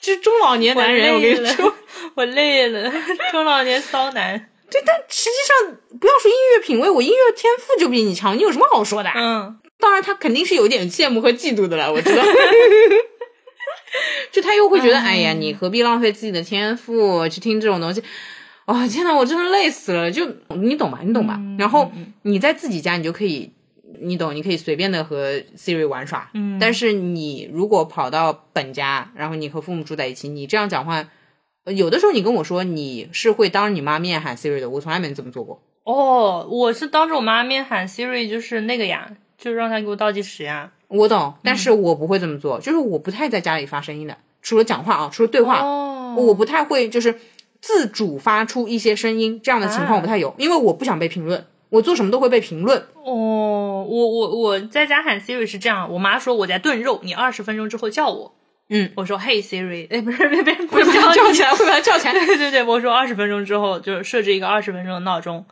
[SPEAKER 2] 这中老年男人，我跟
[SPEAKER 1] 累
[SPEAKER 2] 你
[SPEAKER 1] 了
[SPEAKER 2] 说，，
[SPEAKER 1] *laughs* 我累了，中老年骚男，
[SPEAKER 2] 实际上不要说音乐品味，我音乐天赋就比你强，你有什么好说的啊？
[SPEAKER 1] 嗯，
[SPEAKER 2] 当然，他肯定是有点羡慕和嫉妒的了，我知道。 *laughs* 就他又会觉得，哎呀，你何必浪费自己的天赋去听这种东西？哦，天呐，我真的累死了！就你懂吧，你懂吧？然后你在自己家，你就可以，你懂，你可以随便的和 Siri 玩耍。嗯，但是你如果跑到本家，然后你和父母住在一起，你这样讲话，呃有的时候你跟我说你是会当着你妈面喊 Siri 的，我从来没这么做过。
[SPEAKER 1] 哦，我是当着我妈面喊 Siri，就是那个呀，就是让她给我倒计时呀。
[SPEAKER 2] 我懂，
[SPEAKER 1] 嗯
[SPEAKER 2] 但是我不会这么做，就是我不太在家里发声音的，除了讲话啊，除了对话，
[SPEAKER 1] 哦
[SPEAKER 2] 我不太会就是自主发出一些声音，这样的情况
[SPEAKER 1] 啊
[SPEAKER 2] 我不太有，因为我不想被评论，我做什么都会被评论。
[SPEAKER 1] 哦，我我我在家喊 Siri 是这样，我妈说我在炖肉，你二十分钟之后叫我。
[SPEAKER 2] 嗯，
[SPEAKER 1] 我说嘿 Siri，哎，不
[SPEAKER 2] *laughs*
[SPEAKER 1] 是，别别不
[SPEAKER 2] 会
[SPEAKER 1] 是
[SPEAKER 2] 把他
[SPEAKER 1] 叫
[SPEAKER 2] 叫
[SPEAKER 1] 你 *laughs*
[SPEAKER 2] 起来，会把他叫起来。
[SPEAKER 1] 对对对，我说二十分钟之后就是设置一个二十分钟的闹钟，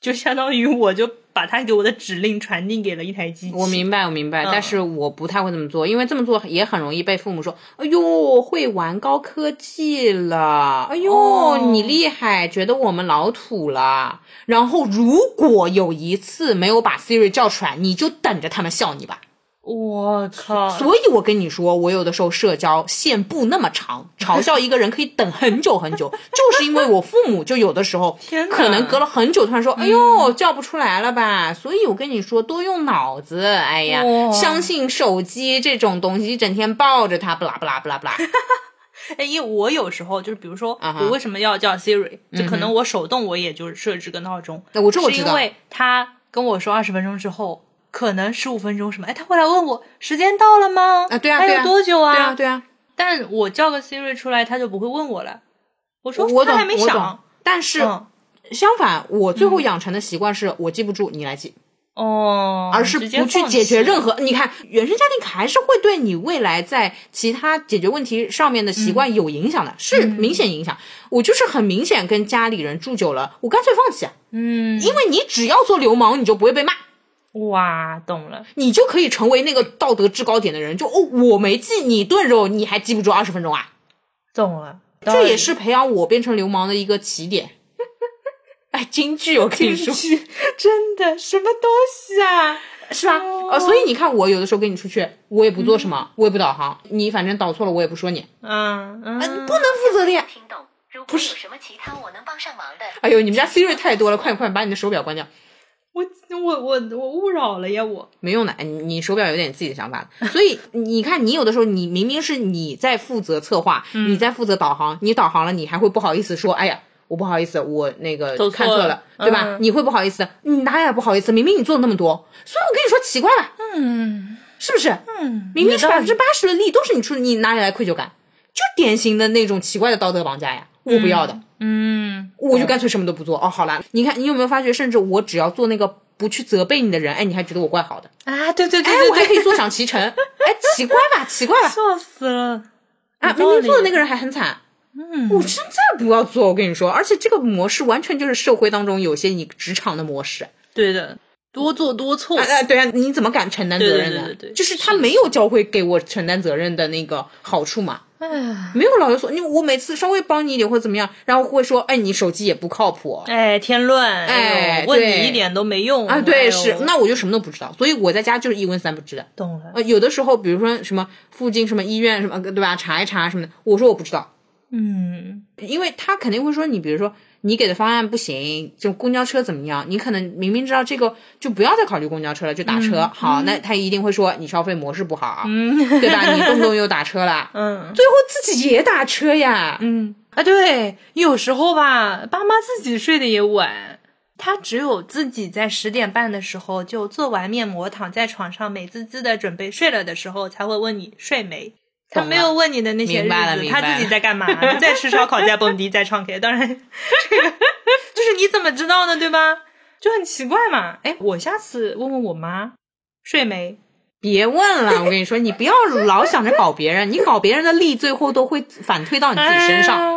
[SPEAKER 1] 就相当于我就把他给我的指令传递给了一台机器。
[SPEAKER 2] 我明白，我明
[SPEAKER 1] 嗯
[SPEAKER 2] 白，但是我不太会这么做，因为这么做也很容易被父母说：“哎呦，会玩高科技了，哎呦，
[SPEAKER 1] 哦
[SPEAKER 2] 你厉害，觉得我们老土了。”然后如果有一次没有把 Siri 叫出来，你就等着他们笑你吧。
[SPEAKER 1] 我靠！
[SPEAKER 2] 所以我跟你说，我有的时候社交线不那么
[SPEAKER 1] *laughs*
[SPEAKER 2] 长，嘲笑一个人可以等很久很久， *laughs* 就是因为我父母就有的时候
[SPEAKER 1] 天哪嗯
[SPEAKER 2] 可能隔了很久，突然说：“哎呦，叫不出来了吧？”所以我跟你说，多用脑子。哎呀，
[SPEAKER 1] 哇
[SPEAKER 2] 相信手机这种东西，一整天抱着它，不啦不啦不啦不啦。
[SPEAKER 1] *laughs* 哎，因为我有时候就是，比如说
[SPEAKER 2] 啊哈
[SPEAKER 1] 我为什么要叫 Siri，、就可能我手动我也就是设置个闹钟，
[SPEAKER 2] 那我这我
[SPEAKER 1] 是
[SPEAKER 2] 知
[SPEAKER 1] 因
[SPEAKER 2] 道，
[SPEAKER 1] 为他跟我说二十分钟之后，可能十五分钟什么，哎，他会来问我时间到了吗？
[SPEAKER 2] 啊对啊
[SPEAKER 1] 还
[SPEAKER 2] 对
[SPEAKER 1] 有
[SPEAKER 2] 啊
[SPEAKER 1] 多久
[SPEAKER 2] 对
[SPEAKER 1] 啊？
[SPEAKER 2] 啊对啊，
[SPEAKER 1] 但我叫个 Siri 出来，他就不会问我了。我说
[SPEAKER 2] 啊我懂
[SPEAKER 1] 他还没
[SPEAKER 2] 我
[SPEAKER 1] 响
[SPEAKER 2] 懂，。但是
[SPEAKER 1] 嗯
[SPEAKER 2] 相反，我最后养成的习惯是我记不住，你来记。
[SPEAKER 1] 哦，
[SPEAKER 2] 而是
[SPEAKER 1] 直接
[SPEAKER 2] 不去
[SPEAKER 1] 放
[SPEAKER 2] 解决
[SPEAKER 1] 弃
[SPEAKER 2] 任何。你看，原生家庭还是会对你未来在其他解决问题上面的
[SPEAKER 1] 嗯
[SPEAKER 2] 习惯有影响的，是明显影响。我就是很明显跟家里人住久了，我干脆放弃啊，
[SPEAKER 1] 嗯，
[SPEAKER 2] 因为你只要做流氓，你就不会被骂。
[SPEAKER 1] 哇，懂了，
[SPEAKER 2] 你就可以成为那个道德制高点的人，就哦，我没记你炖肉，你还记不住二十分钟啊？
[SPEAKER 1] 懂了，
[SPEAKER 2] 这
[SPEAKER 1] *laughs*
[SPEAKER 2] 也是培养我变成流氓的一个起点。 *laughs* 哎，京剧，我跟你说，
[SPEAKER 1] 真的什么东西啊？
[SPEAKER 2] 是吧？呃，所以你看，我有的时候跟你出去，我也不做什么，我也不导航，你反正导错了，我也不说你，
[SPEAKER 1] 嗯嗯，
[SPEAKER 2] 啊不能负责的呀。
[SPEAKER 3] 听懂。如果有什么其他我能帮上忙的，
[SPEAKER 2] 哎呦，你们家 Siri 太多了，快点快点把你的手表关掉，
[SPEAKER 1] 我我我我勿扰了呀，我
[SPEAKER 2] 没用的，哎你你手表有点自己的想法了。
[SPEAKER 1] *laughs*
[SPEAKER 2] 所以你看，你有的时候你明明是你在负责策划，
[SPEAKER 1] 嗯
[SPEAKER 2] 你在负责导航，你导航了，你还会不好意思说，哎呀。我不好意思，我那个
[SPEAKER 1] 走错
[SPEAKER 2] 看错
[SPEAKER 1] 了
[SPEAKER 2] 对吧？
[SPEAKER 1] 嗯
[SPEAKER 2] 你会不好意思，你哪有不好意思？明明你做了那么多，所以我跟你说奇怪了，
[SPEAKER 1] 嗯
[SPEAKER 2] 是不是？
[SPEAKER 1] 嗯，
[SPEAKER 2] 明明是
[SPEAKER 1] 有道理
[SPEAKER 2] 百分之八十的利都是你出的，你哪里来愧疚感？就典型的那种奇怪的道德绑架呀！我不要的，
[SPEAKER 1] 嗯
[SPEAKER 2] 我就干脆什么都不做。哦，好啦，你看你有没有发觉，甚至我只要做那个不去责备你的人，哎，你还觉得我怪好的，
[SPEAKER 1] 啊，对对对
[SPEAKER 2] 哎，我还
[SPEAKER 1] 对
[SPEAKER 2] 可
[SPEAKER 1] 对，
[SPEAKER 2] 以坐享其成，哎，奇怪吧，奇怪吧，
[SPEAKER 1] 笑死了
[SPEAKER 2] 啊，明明做的那个人还很惨。嗯，我真再不要做，我跟你说，而且这个模式完全就是社会当中有些你职场的模式。
[SPEAKER 1] 对的，多做多错
[SPEAKER 2] 哎、，哎，对啊，你怎么敢承担责任
[SPEAKER 1] 对
[SPEAKER 2] 呢？
[SPEAKER 1] 对对对对
[SPEAKER 2] 就是他没有教会给我承担责任的那个好处嘛。
[SPEAKER 1] 哎呀，
[SPEAKER 2] 没有老有所，你我每次稍微帮你一点或怎么样，然后会说，哎，你手机也不靠谱
[SPEAKER 1] 哎，添乱，
[SPEAKER 2] 哎
[SPEAKER 1] 呦问
[SPEAKER 2] 对
[SPEAKER 1] 你一点都没用
[SPEAKER 2] 啊，
[SPEAKER 1] 哎
[SPEAKER 2] 对，
[SPEAKER 1] 呦
[SPEAKER 2] 是，那我就什么都不知道，所以我在家就是一问三不知的。
[SPEAKER 1] 懂了，
[SPEAKER 2] 呃，有的时候，比如说什么附近什么医院什么，对吧？查一查什么的，我说我不知道，
[SPEAKER 1] 嗯
[SPEAKER 2] 因为他肯定会说你，比如说你给的方案不行，就公交车怎么样？你可能明明知道这个，就不要再考虑公交车了，就打车。好，那他一定会说你消费模式不好，
[SPEAKER 1] 嗯
[SPEAKER 2] 对吧？你动不动又打车了，
[SPEAKER 1] 嗯
[SPEAKER 2] 最后自己也打车呀。
[SPEAKER 1] 嗯啊，对，有时候吧，爸妈自己睡得也晚。他只有自己在十点半的时候就做完面膜，躺在床上美滋滋的准备睡了的时候，才会问你睡没。他
[SPEAKER 2] 懂
[SPEAKER 1] 没
[SPEAKER 2] 了
[SPEAKER 1] 有问你的那些日
[SPEAKER 2] 明白了
[SPEAKER 1] 子，
[SPEAKER 2] 明
[SPEAKER 1] 他
[SPEAKER 2] 白
[SPEAKER 1] 自己在干嘛？你在吃烧烤，在蹦迪，在唱 K。当然，这个就是你怎么知道呢？对吧？就很奇怪嘛。哎，我下次问问我妈睡没。
[SPEAKER 2] 别问了，我跟你说，你不要老想着搞别人，你搞别人的利，最后都会反推到你自己身上。
[SPEAKER 1] 哎呀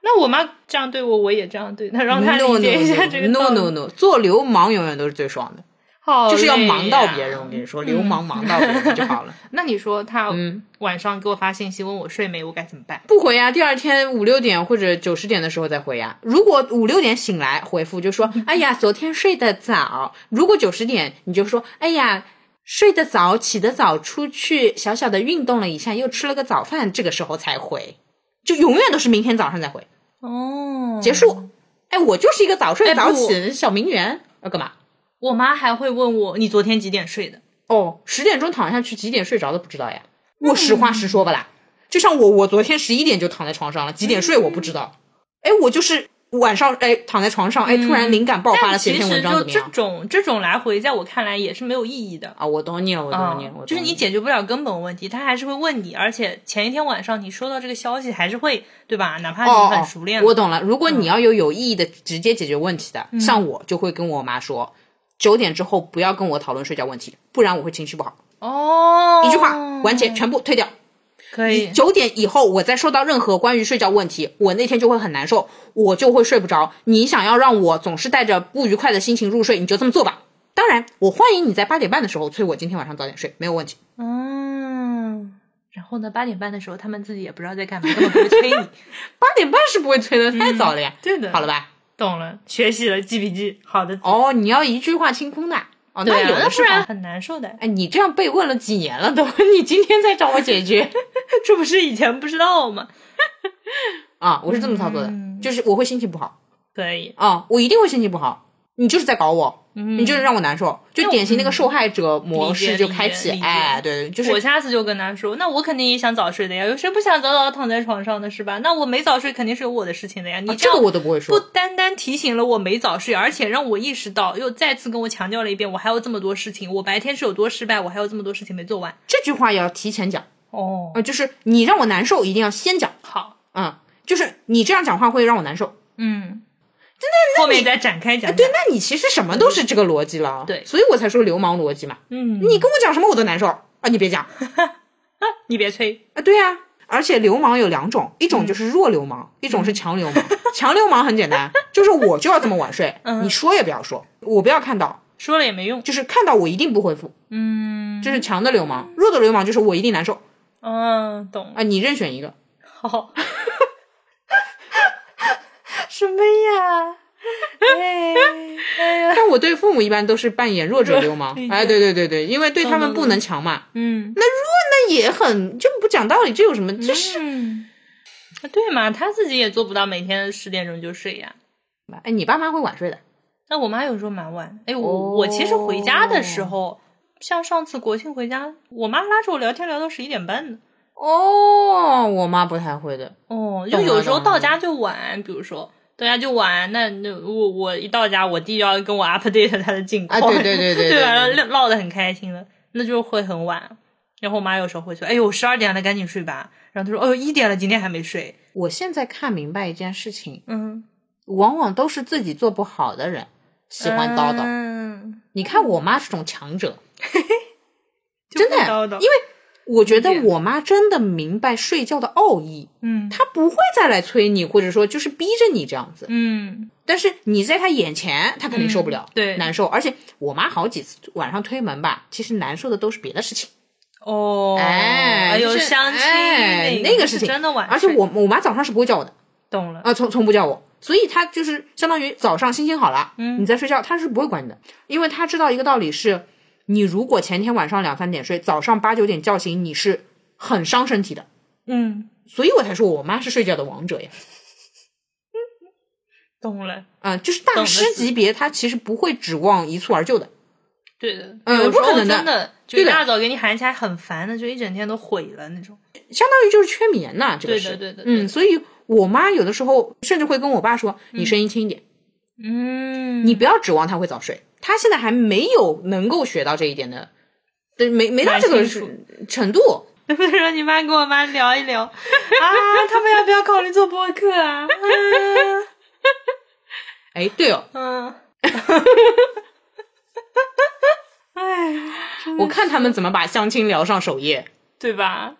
[SPEAKER 1] 那我妈这样对我，我也这样对她，让她
[SPEAKER 2] no
[SPEAKER 1] 理
[SPEAKER 2] no
[SPEAKER 1] 解一下这个
[SPEAKER 2] no
[SPEAKER 1] 道
[SPEAKER 2] no
[SPEAKER 1] 理
[SPEAKER 2] no no，做流氓永远都是最爽的，
[SPEAKER 1] 好
[SPEAKER 2] 就是要
[SPEAKER 1] 累
[SPEAKER 2] 忙到
[SPEAKER 1] 呀
[SPEAKER 2] 别人。我跟你说，流氓忙到别人就好了。
[SPEAKER 1] 那你说他
[SPEAKER 2] 嗯
[SPEAKER 1] 晚上给我发信息问我睡没，我该怎么办？
[SPEAKER 2] 不回啊呀，第二天五六点或者九十点的时候再回呀。如果五六点醒来回复就
[SPEAKER 1] 嗯
[SPEAKER 2] 说，哎呀，昨天睡得早；如果九十点，你就说，哎呀。睡得早，起得早，出去小小的运动了一下，又吃了个早饭，这个时候才回，就永远都是明天早上再回。
[SPEAKER 1] 哦，
[SPEAKER 2] 结。束。哎，我就是一个早睡
[SPEAKER 1] 哎不
[SPEAKER 2] 早起的小名媛，要干嘛？
[SPEAKER 1] 我妈还会问我你昨天几点睡的？
[SPEAKER 2] 哦，十点钟躺下去，几点睡着都不知道呀。我实话实说吧啦，就像我，我昨天十一点就躺在床上了，几点睡我不知道。哎，我就是晚上哎躺在床上，哎突然灵感爆发了，
[SPEAKER 1] 但
[SPEAKER 2] 写
[SPEAKER 1] 其
[SPEAKER 2] 篇
[SPEAKER 1] 实
[SPEAKER 2] 文章
[SPEAKER 1] 就
[SPEAKER 2] 怎么
[SPEAKER 1] 这
[SPEAKER 2] 样？
[SPEAKER 1] 种这种来回，在我看来也是没有意义的。
[SPEAKER 2] 啊，我懂你了，我懂你了，
[SPEAKER 1] 嗯
[SPEAKER 2] 我懂
[SPEAKER 1] 就是你
[SPEAKER 2] 了
[SPEAKER 1] 解决不了根本问题，他还是会问你，而且前一天晚上你收到这个消息，还是会对吧？哪怕
[SPEAKER 2] 哦
[SPEAKER 1] 你很
[SPEAKER 2] 哦
[SPEAKER 1] 熟练，
[SPEAKER 2] 我懂了。如嗯果你要有有意义的直接解决问题的，像我就会跟我妈说，九点之后不要跟我讨论睡觉问题，不然我会情绪不好。
[SPEAKER 1] 哦，
[SPEAKER 2] 一句话完结，全部退掉。
[SPEAKER 1] 可以，
[SPEAKER 2] 九点以后，我再收到任何关于睡觉问题，我那天就会很难受，我就会睡不着。你想要让我总是带着不愉快的心情入睡，你就这么做吧。当然，我欢迎你在八点半的时候催我今天晚上早点睡，没有问题。
[SPEAKER 1] 嗯。然后呢，八点半的时候，他们自己也不知道在干嘛，根本不会催
[SPEAKER 2] *laughs*
[SPEAKER 1] 你。
[SPEAKER 2] 八点半是不会催的，太早了呀。
[SPEAKER 1] 对的，
[SPEAKER 2] 好了，吧？
[SPEAKER 1] 懂了，学习了，记笔记，好的。
[SPEAKER 2] 哦，你要一句话清空的。哦，那
[SPEAKER 1] 啊
[SPEAKER 2] 有的
[SPEAKER 1] 不
[SPEAKER 2] 是
[SPEAKER 1] 然
[SPEAKER 2] 吧？
[SPEAKER 1] 很难受的。
[SPEAKER 2] 哎，你这样被问了几年了都， *laughs* 你今天才找我解决
[SPEAKER 1] *laughs* 这不是以前不知道吗？
[SPEAKER 2] 啊？我是这么操作的，
[SPEAKER 1] 嗯
[SPEAKER 2] 就是我会心情不好
[SPEAKER 1] 可以，
[SPEAKER 2] 啊，我一定会心情不好。你就是在搞我，
[SPEAKER 1] 嗯
[SPEAKER 2] 你就是让我难受，就典型那个受害者模
[SPEAKER 1] 理
[SPEAKER 2] 式
[SPEAKER 1] 解
[SPEAKER 2] 就开启
[SPEAKER 1] 嗯理解，理解
[SPEAKER 2] 哎，对，就是
[SPEAKER 1] 我下次就跟他说，那我肯定也想早睡的呀，有谁不想早早地躺在床上的是吧？那我没早睡肯定是有我的事情的呀。你
[SPEAKER 2] 啊这
[SPEAKER 1] 样
[SPEAKER 2] 个我都不会
[SPEAKER 1] 不
[SPEAKER 2] 说，
[SPEAKER 1] 单单提醒了我没早睡，而且让我意识到，又再次跟我强调了一遍，我还有这么多事情，我白天是有多失败，我还有这么多事情没做完。
[SPEAKER 2] 这句话要提前讲
[SPEAKER 1] 哦，
[SPEAKER 2] 啊，就是你让我难受，一定要先讲，
[SPEAKER 1] 好，
[SPEAKER 2] 嗯，就是你这样讲话会让我难受，
[SPEAKER 1] 嗯，啊真的，后面再展开讲讲。
[SPEAKER 2] 对，那你其实什么都是这个逻辑了，
[SPEAKER 1] 嗯对
[SPEAKER 2] 所以我才说流氓逻辑嘛，
[SPEAKER 1] 嗯，
[SPEAKER 2] 你跟我讲什么我都难受啊，你别讲
[SPEAKER 1] 你别催，
[SPEAKER 2] 啊，对呀、而且流氓有两种，一
[SPEAKER 1] 嗯
[SPEAKER 2] 种就是弱流氓，一种是强流氓。强流氓很简单，就是我就要这么晚
[SPEAKER 1] *laughs*
[SPEAKER 2] 睡，
[SPEAKER 1] 嗯
[SPEAKER 2] 你说也不要说，我不要看到，
[SPEAKER 1] 说了也没用。
[SPEAKER 2] 就是看到我一定不回复，
[SPEAKER 1] 嗯
[SPEAKER 2] 这是强的流氓，弱的流氓就是我一定难受
[SPEAKER 1] 嗯，懂了。
[SPEAKER 2] 啊！你任选一个，
[SPEAKER 1] 好，
[SPEAKER 2] *laughs*
[SPEAKER 1] 什么呀？哎，哎呀。
[SPEAKER 2] 但我对父母一般都是扮演弱者流氓
[SPEAKER 1] *laughs* 理。解
[SPEAKER 2] 哎，对对对对，因为对他
[SPEAKER 1] 懂
[SPEAKER 2] 们
[SPEAKER 1] 懂
[SPEAKER 2] 不
[SPEAKER 1] 懂
[SPEAKER 2] 能强嘛，
[SPEAKER 1] 嗯，
[SPEAKER 2] 那也很就不讲道理，这有什么？这是
[SPEAKER 1] 嗯，对嘛，他自己也做不到每天十点钟就睡呀。
[SPEAKER 2] 哎，你爸妈会晚睡的。
[SPEAKER 1] 那我妈有时候蛮晚，哎，我、
[SPEAKER 2] 哦
[SPEAKER 1] 我其实回家的时候，像上次国庆回家，我妈拉着我聊天聊到十一点半呢。
[SPEAKER 2] 哦，我妈不太会的。
[SPEAKER 1] 哦，就
[SPEAKER 2] 懂了
[SPEAKER 1] 有时候
[SPEAKER 2] 懂了
[SPEAKER 1] 到家就晚，比如说到家就晚，那那我我一到家，我弟要跟我 update 他的近况，
[SPEAKER 2] 啊对对对
[SPEAKER 1] *laughs*
[SPEAKER 2] 对对
[SPEAKER 1] 对吧？
[SPEAKER 2] 对
[SPEAKER 1] 然后唠得很开心的，那就是会很晚。然后我妈有时候会说：“哎呦，十二点了，赶紧睡吧。”然后她说：“哦呦，一点了，今天还没睡。
[SPEAKER 2] 我现在看明白一件事情，”
[SPEAKER 1] 嗯，
[SPEAKER 2] 往往都是自己做不好的人喜欢叨叨。
[SPEAKER 1] 嗯，
[SPEAKER 2] 你看我妈这种强者，
[SPEAKER 1] 就
[SPEAKER 2] 真
[SPEAKER 1] 不
[SPEAKER 2] 的
[SPEAKER 1] 叨叨，
[SPEAKER 2] 因为我觉得
[SPEAKER 1] 理解
[SPEAKER 2] 我妈真的明白睡觉的奥义，
[SPEAKER 1] 嗯
[SPEAKER 2] 她不会再来催你，或者说就是逼着你这样子。
[SPEAKER 1] 嗯
[SPEAKER 2] 但是你在她眼前，她肯定受不了，
[SPEAKER 1] 嗯对
[SPEAKER 2] 难受。而且我妈好几次晚上推门吧，其实难受的都是别的事情。
[SPEAKER 1] 哦，
[SPEAKER 2] 哎
[SPEAKER 1] 哎呦，
[SPEAKER 2] 就是
[SPEAKER 1] 相亲、
[SPEAKER 2] 哎
[SPEAKER 1] 那
[SPEAKER 2] 那个
[SPEAKER 1] 是
[SPEAKER 2] 事情
[SPEAKER 1] 真的晚
[SPEAKER 2] 而且
[SPEAKER 1] 睡
[SPEAKER 2] 我我妈早上是不会叫我的，
[SPEAKER 1] 懂了，
[SPEAKER 2] 啊，从从不叫我，所以她就是相当于早上心情好了，
[SPEAKER 1] 嗯
[SPEAKER 2] 你在睡觉，她是不会管你的，因为她知道一个道理是，你如果前天晚上两三点睡，早上八九点叫醒你是很伤身体的，
[SPEAKER 1] 嗯，
[SPEAKER 2] 所以我才说我妈是睡觉的王者呀，
[SPEAKER 1] 懂了，
[SPEAKER 2] 啊、就是
[SPEAKER 1] 懂
[SPEAKER 2] 大
[SPEAKER 1] 得
[SPEAKER 2] 师级别，她其实不会指望一蹴而就的，
[SPEAKER 1] 对的，
[SPEAKER 2] 嗯
[SPEAKER 1] 有时
[SPEAKER 2] 不可
[SPEAKER 1] 候
[SPEAKER 2] 能的
[SPEAKER 1] 真的就
[SPEAKER 2] 对
[SPEAKER 1] 一
[SPEAKER 2] 的
[SPEAKER 1] 大早给你喊起来很烦的，就一整天都毁了那种。
[SPEAKER 2] 相当于就是缺眠呐、这个
[SPEAKER 1] 对
[SPEAKER 2] 是，
[SPEAKER 1] 的，对的，对
[SPEAKER 2] 嗯，
[SPEAKER 1] 的
[SPEAKER 2] 所以我妈有的时候甚至会跟我爸说，你声音轻一点，
[SPEAKER 1] 嗯，
[SPEAKER 2] 你不要指望她会早睡，她现在还没有能够学到这一点的，对，没没到
[SPEAKER 1] 蛮
[SPEAKER 2] 这个
[SPEAKER 1] 清楚
[SPEAKER 2] 程度。
[SPEAKER 1] 比如说你妈跟我妈聊一聊啊，他们要不要考虑做播客啊？ *laughs*
[SPEAKER 2] 哎，对哦，
[SPEAKER 1] 嗯，
[SPEAKER 2] 我看他们怎么把相亲聊上首页，
[SPEAKER 1] 对吧？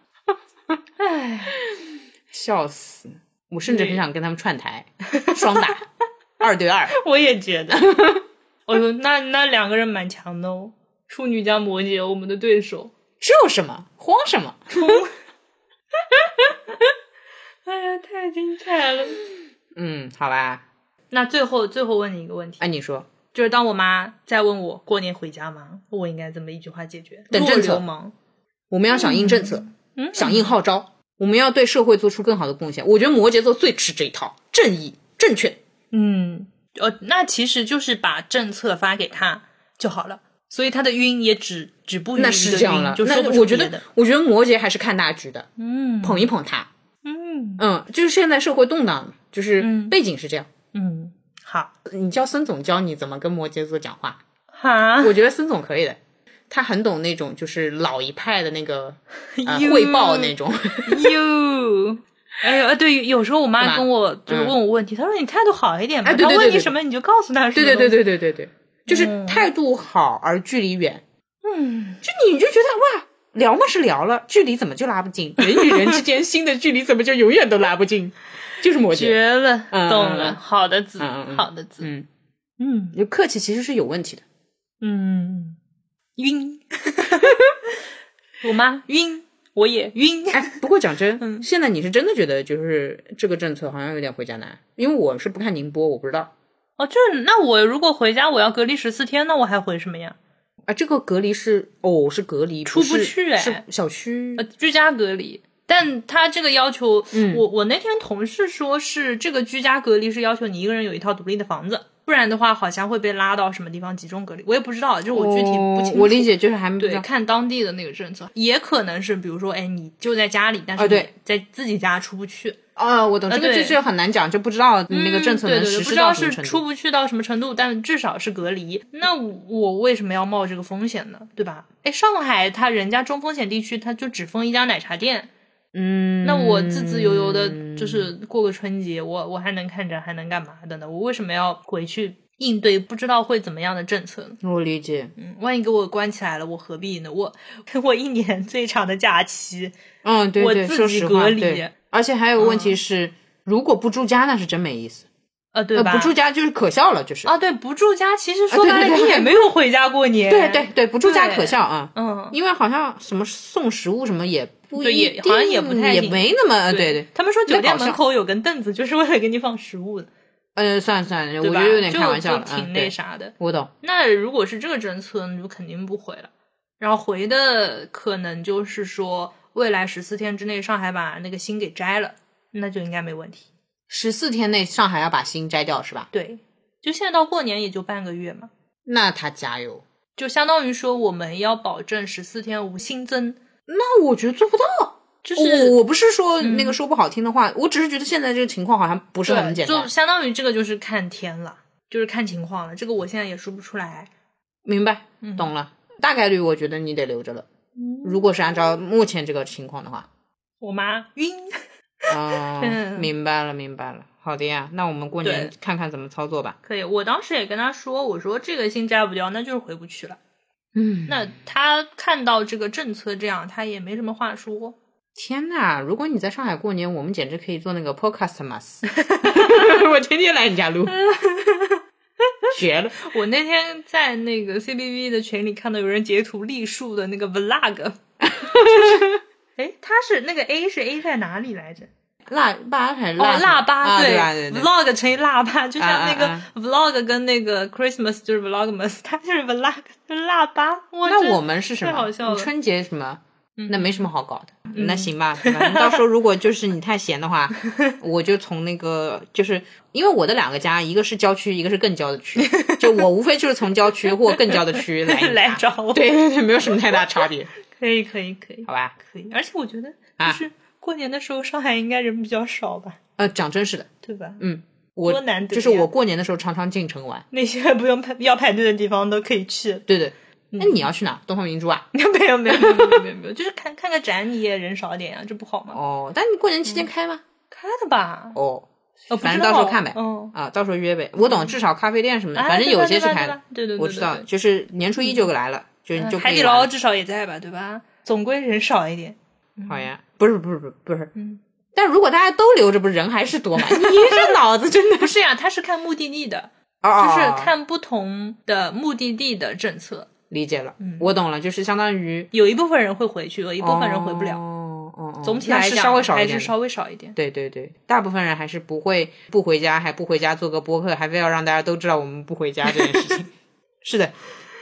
[SPEAKER 1] 哎，
[SPEAKER 2] 笑死！我甚至很想跟他们串台，双打，二对二。
[SPEAKER 1] 我也觉得，哎呦，那那两个人蛮强的哦，处女加摩羯，我们的对手。
[SPEAKER 2] 这有什么？慌什么？
[SPEAKER 1] 哎呀，太精彩了！
[SPEAKER 2] 嗯，好吧。
[SPEAKER 1] 那最后最后问你一个问题，
[SPEAKER 2] 哎，你说，
[SPEAKER 1] 就是当我妈在问我过年回家吗，我应该怎么一句话解决？
[SPEAKER 2] 等
[SPEAKER 1] 弱
[SPEAKER 2] 政策
[SPEAKER 1] 流氓，
[SPEAKER 2] 我们要响应政策，
[SPEAKER 1] 嗯，
[SPEAKER 2] 响应号召，我们要对社会做出更好的贡献。我觉得摩羯座最吃这一套，正义、正确。
[SPEAKER 1] 嗯，呃，那其实就是把政策发给他就好了，所以他的晕也只止步于
[SPEAKER 2] 那
[SPEAKER 1] 一
[SPEAKER 2] 是
[SPEAKER 1] 个
[SPEAKER 2] 这样
[SPEAKER 1] 晕，
[SPEAKER 2] 了。
[SPEAKER 1] 嗯就说不
[SPEAKER 2] 那
[SPEAKER 1] 出
[SPEAKER 2] 我觉
[SPEAKER 1] 别
[SPEAKER 2] 得
[SPEAKER 1] 的。，
[SPEAKER 2] 我觉得摩羯还是看大局的，
[SPEAKER 1] 嗯
[SPEAKER 2] 捧一捧他。
[SPEAKER 1] 嗯
[SPEAKER 2] 嗯，就是现在社会动荡，就是
[SPEAKER 1] 嗯
[SPEAKER 2] 背景是这样。
[SPEAKER 1] 嗯，好
[SPEAKER 2] 你叫孙总教你怎么跟摩羯座讲话。
[SPEAKER 1] 哈，
[SPEAKER 2] 我觉得孙总可以的，他很懂那种就是老一派的那个、呃、
[SPEAKER 1] *laughs* 哟
[SPEAKER 2] 汇报那种。
[SPEAKER 1] 哟。哎呦，对，有时候我
[SPEAKER 2] 是
[SPEAKER 1] 妈
[SPEAKER 2] 吧
[SPEAKER 1] 跟我就是
[SPEAKER 2] 嗯
[SPEAKER 1] 问我问题，她说你态度好一点吧，
[SPEAKER 2] 哎对对
[SPEAKER 1] 她问
[SPEAKER 2] 对
[SPEAKER 1] 你
[SPEAKER 2] 对
[SPEAKER 1] 什么你就告诉她什
[SPEAKER 2] 对
[SPEAKER 1] 么。
[SPEAKER 2] 对对对对对对，就是
[SPEAKER 1] 嗯
[SPEAKER 2] 态度好而距离远，
[SPEAKER 1] 嗯，
[SPEAKER 2] 就你就觉得哇，聊嘛是聊了，距离怎么就拉不近？人与人之间 *laughs* 新的距离怎么就永远都拉不近？就是摩羯，
[SPEAKER 1] 绝了，
[SPEAKER 2] 嗯
[SPEAKER 1] 懂
[SPEAKER 2] 嗯
[SPEAKER 1] 了，
[SPEAKER 2] 嗯
[SPEAKER 1] 好的子，
[SPEAKER 2] 嗯嗯嗯
[SPEAKER 1] 好的子，
[SPEAKER 2] 嗯，
[SPEAKER 1] 嗯
[SPEAKER 2] 就客气其实是有问题的。
[SPEAKER 1] 嗯，
[SPEAKER 2] *laughs*
[SPEAKER 1] 晕，我妈晕，我也晕，
[SPEAKER 2] 哎，不过讲真，
[SPEAKER 1] 嗯
[SPEAKER 2] 现在你是真的觉得就是这个政策好像有点回家难，因为我是不看宁波，我不知道
[SPEAKER 1] 哦，就是那我如果回家，我要隔离十四天，那我还回什么呀？
[SPEAKER 2] 啊，这个隔离是哦是隔离，
[SPEAKER 1] 出不
[SPEAKER 2] 是
[SPEAKER 1] 去哎
[SPEAKER 2] 是小区
[SPEAKER 1] 呃，居家隔离。但他这个要求，
[SPEAKER 2] 嗯
[SPEAKER 1] 我我那天同事说是这个居家隔离是要求你一个人有一套独立的房子，不然的话好像会被拉到什么地方集中隔离。我也不知道，就是我具体不清楚。
[SPEAKER 2] 哦我理解就是还没
[SPEAKER 1] 对，看当地的那个政策，也可能是比如说，哎，你就在家里，但是
[SPEAKER 2] 啊对
[SPEAKER 1] 你在自己家出不去，
[SPEAKER 2] 啊，我懂，
[SPEAKER 1] 啊
[SPEAKER 2] 这个
[SPEAKER 1] 对
[SPEAKER 2] 就是很难讲，就不知道那个政策
[SPEAKER 1] 对
[SPEAKER 2] 能
[SPEAKER 1] 对对，
[SPEAKER 2] 实
[SPEAKER 1] 不
[SPEAKER 2] 施
[SPEAKER 1] 知
[SPEAKER 2] 到
[SPEAKER 1] 道
[SPEAKER 2] 什
[SPEAKER 1] 是
[SPEAKER 2] 么程
[SPEAKER 1] 出
[SPEAKER 2] 度。
[SPEAKER 1] 不去到什么程度，但至少是隔离。那我为什么要冒这个风险呢？对吧？哎，上海它人家中风险地区，它就只封一家奶茶店。
[SPEAKER 2] 嗯，
[SPEAKER 1] 那我自自由由的，就是过个春节，我我还能看展，还能干嘛的呢？我为什么要回去应对不知道会怎么样的政策呢？
[SPEAKER 2] 我理解，
[SPEAKER 1] 嗯，万一给我关起来了，我何必呢？我 *laughs* 我一年最长的假期，
[SPEAKER 2] 嗯，对
[SPEAKER 1] 我
[SPEAKER 2] 对，
[SPEAKER 1] 自
[SPEAKER 2] 说
[SPEAKER 1] 己
[SPEAKER 2] 实
[SPEAKER 1] 隔
[SPEAKER 2] 话，
[SPEAKER 1] 离嗯
[SPEAKER 2] 对。而且还有个问题是，如果不住家，那是真没意思。
[SPEAKER 1] 呃，对
[SPEAKER 2] 呃，
[SPEAKER 1] 吧？
[SPEAKER 2] 不住家就是可笑了，就是。
[SPEAKER 1] 啊，对，不住家，其实说
[SPEAKER 2] 对
[SPEAKER 1] 白
[SPEAKER 2] 对
[SPEAKER 1] 了，
[SPEAKER 2] 对
[SPEAKER 1] 你也没有回家过年。
[SPEAKER 2] 对对对，不住家
[SPEAKER 1] 对
[SPEAKER 2] 可笑啊，
[SPEAKER 1] 嗯，
[SPEAKER 2] 因为好像什么送食物什么也不
[SPEAKER 1] 对
[SPEAKER 2] 一
[SPEAKER 1] 也好像也
[SPEAKER 2] 定
[SPEAKER 1] 不太
[SPEAKER 2] 也
[SPEAKER 1] 行
[SPEAKER 2] 啊没那么对
[SPEAKER 1] 对
[SPEAKER 2] 对
[SPEAKER 1] 他们说酒
[SPEAKER 2] 那
[SPEAKER 1] 店
[SPEAKER 2] 搞笑
[SPEAKER 1] 门口有根凳子，就是为了给你放食物的。
[SPEAKER 2] 呃，算了算了，我
[SPEAKER 1] 对吧？
[SPEAKER 2] 觉得有点开玩笑
[SPEAKER 1] 就
[SPEAKER 2] 了
[SPEAKER 1] 就，
[SPEAKER 2] 嗯，
[SPEAKER 1] 挺那
[SPEAKER 2] 对，
[SPEAKER 1] 啥的。
[SPEAKER 2] 我懂，
[SPEAKER 1] 那如果是这个政策，你就肯定不回了。然后回的可能就是说，未来十四天之内上海把那个心给摘了，那就应该没问题。
[SPEAKER 2] 十四天内上海要把心摘掉是吧？
[SPEAKER 1] 对，就现在到过年也就半个月嘛，
[SPEAKER 2] 那他加油。
[SPEAKER 1] 就相当于说我们要保证十四天无新增，
[SPEAKER 2] 那我觉得做不到。
[SPEAKER 1] 就是
[SPEAKER 2] 我我不哦是说那个
[SPEAKER 1] 嗯
[SPEAKER 2] 说不好听的话，我只是觉得现在这个情况好像不是很
[SPEAKER 1] 对
[SPEAKER 2] 简单
[SPEAKER 1] 就。相当于这个就是看天了，就是看情况了。这个我现在也说不出来。
[SPEAKER 2] 明白，
[SPEAKER 1] 嗯
[SPEAKER 2] 懂了。大概率我觉得你得留着了。如果是按照目前这个情况的话，
[SPEAKER 1] 我妈晕。
[SPEAKER 2] 哦，
[SPEAKER 1] *laughs* 嗯
[SPEAKER 2] 明白了，明白了。好的呀，那我们过年
[SPEAKER 1] 对
[SPEAKER 2] 看看怎么操作吧。
[SPEAKER 1] 可以，我当时也跟他说，我说这个心摘不掉，那就是回不去了。
[SPEAKER 2] 嗯，
[SPEAKER 1] 那他看到这个政策这样，他也没什么话说。
[SPEAKER 2] 天呐，如果你在上海过年，我们简直可以做那个 podcast
[SPEAKER 1] *laughs*
[SPEAKER 2] mas，我天天来你家录，绝了。
[SPEAKER 1] 我那天在那个 CBB 的群里看到有人截图栗树的那个 vlog，就是
[SPEAKER 2] *laughs*
[SPEAKER 1] 哎，他是那个 A 是 A 在哪里来着？
[SPEAKER 2] 腊八还是
[SPEAKER 1] 哦，腊八、
[SPEAKER 2] 啊对吧？对对
[SPEAKER 1] v l o g 乘以腊八，就像那
[SPEAKER 2] 啊
[SPEAKER 1] 个 vlog 跟那个 Christmas 就是 vlogmas，它 *laughs* 就是 vlog 就是腊八。哇
[SPEAKER 2] *laughs* 那
[SPEAKER 1] 这
[SPEAKER 2] 我们是什
[SPEAKER 1] 太好笑
[SPEAKER 2] 么？
[SPEAKER 1] 了
[SPEAKER 2] 春节什么？那没什么好搞的。
[SPEAKER 1] 嗯
[SPEAKER 2] 那行吧，反正到时候如果就是你太闲
[SPEAKER 1] *laughs*
[SPEAKER 2] 的话，我就从那个就是因为我的两个家，一个是郊区，一个是更郊的区，就我无非就是从郊区或更郊的
[SPEAKER 1] *laughs*
[SPEAKER 2] 区来你
[SPEAKER 1] 来
[SPEAKER 2] 家
[SPEAKER 1] 找我，
[SPEAKER 2] 对对对，没有什么太大差别，
[SPEAKER 1] 可以可以可以
[SPEAKER 2] 好吧？
[SPEAKER 1] 可以，而且我觉得
[SPEAKER 2] 啊
[SPEAKER 1] 就是过年的时候上海应该人比较少吧，
[SPEAKER 2] 呃，讲真是的，
[SPEAKER 1] 对吧？
[SPEAKER 2] 嗯，我
[SPEAKER 1] 多难得
[SPEAKER 2] 就是
[SPEAKER 1] 呀
[SPEAKER 2] 我过年的时候常常进城玩。
[SPEAKER 1] 那些不用排要排队的地方都可以去。 *laughs*
[SPEAKER 2] 对对，
[SPEAKER 1] 嗯
[SPEAKER 2] 那你要去哪？东方明珠啊？
[SPEAKER 1] 没有没有没有没有没有没有，就是看看个展你也人少点呀、这不好吗？
[SPEAKER 2] 哦，但你过年期
[SPEAKER 1] 嗯
[SPEAKER 2] 间开吗？
[SPEAKER 1] 开的吧，
[SPEAKER 2] 哦，
[SPEAKER 1] 哦
[SPEAKER 2] 反正到时候看呗。
[SPEAKER 1] 嗯，
[SPEAKER 2] 啊，到时候约呗。我懂，至少咖啡店什么的，
[SPEAKER 1] 啊
[SPEAKER 2] 反正
[SPEAKER 1] 嗯对吧
[SPEAKER 2] 有些
[SPEAKER 1] 对
[SPEAKER 2] 是
[SPEAKER 1] 吧
[SPEAKER 2] 开
[SPEAKER 1] 对
[SPEAKER 2] 的
[SPEAKER 1] 吧，对对对，
[SPEAKER 2] 我
[SPEAKER 1] 对
[SPEAKER 2] 知道。
[SPEAKER 1] 对
[SPEAKER 2] 就是年初一就来了，就
[SPEAKER 1] 嗯
[SPEAKER 2] 就可
[SPEAKER 1] 海
[SPEAKER 2] 以
[SPEAKER 1] 底
[SPEAKER 2] 玩
[SPEAKER 1] 捞
[SPEAKER 2] 了
[SPEAKER 1] 至少也在吧，对吧？总归人少一点。
[SPEAKER 2] 好呀，不是不是不是不是
[SPEAKER 1] 嗯。
[SPEAKER 2] 但如果大家都留着，不是人还是多吗？你这脑子真
[SPEAKER 1] *laughs*
[SPEAKER 2] 的哦
[SPEAKER 1] 不是呀，它是看目的地的，就
[SPEAKER 2] 就是
[SPEAKER 1] 看不同的目的地的政策。
[SPEAKER 2] 理解了
[SPEAKER 1] 嗯，
[SPEAKER 2] 我懂了，就是相当于
[SPEAKER 1] 有一部分人会回去，有一部分人回不了。
[SPEAKER 2] 哦哦，哦
[SPEAKER 1] 总体
[SPEAKER 2] 那
[SPEAKER 1] 来
[SPEAKER 2] 是
[SPEAKER 1] 讲
[SPEAKER 2] 稍微少一
[SPEAKER 1] 还
[SPEAKER 2] 点
[SPEAKER 1] 是
[SPEAKER 2] 的。
[SPEAKER 1] 稍微少一点。
[SPEAKER 2] 对对对，大部分人还是不会不回家，还不回家做个播客，还非要让大家都知道我们不回家这件事情。 *laughs* 是的，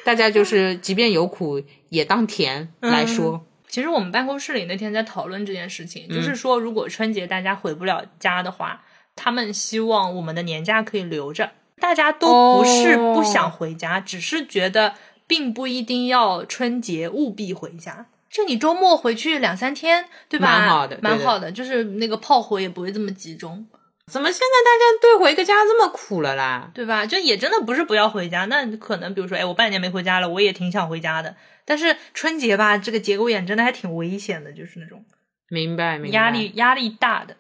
[SPEAKER 2] 大
[SPEAKER 1] *laughs*
[SPEAKER 2] 家就是即便有苦也当甜来说。
[SPEAKER 1] 其实我们办公室里那天在讨论这件事情，
[SPEAKER 2] 嗯
[SPEAKER 1] 就是说，如果春节大家回不了家的话，他们希望我们的年假可以留着。大家都不是
[SPEAKER 2] 哦
[SPEAKER 1] 不想回家，只是觉得并不一定要春节务必回家。就你周末回去两三天，对吧？
[SPEAKER 2] 蛮好的对
[SPEAKER 1] 蛮
[SPEAKER 2] 的
[SPEAKER 1] 好的，就是那个炮火也不会这么集中，
[SPEAKER 2] 怎么现在大家对回个家这么苦了啦？
[SPEAKER 1] 对吧？就也真的不是不要回家，那可能比如说，哎，我半年没回家了，我也挺想回家的。但是春节吧，这个节骨眼真的还挺危险的，就是那种
[SPEAKER 2] 明白，明白，
[SPEAKER 1] 压力压力大的。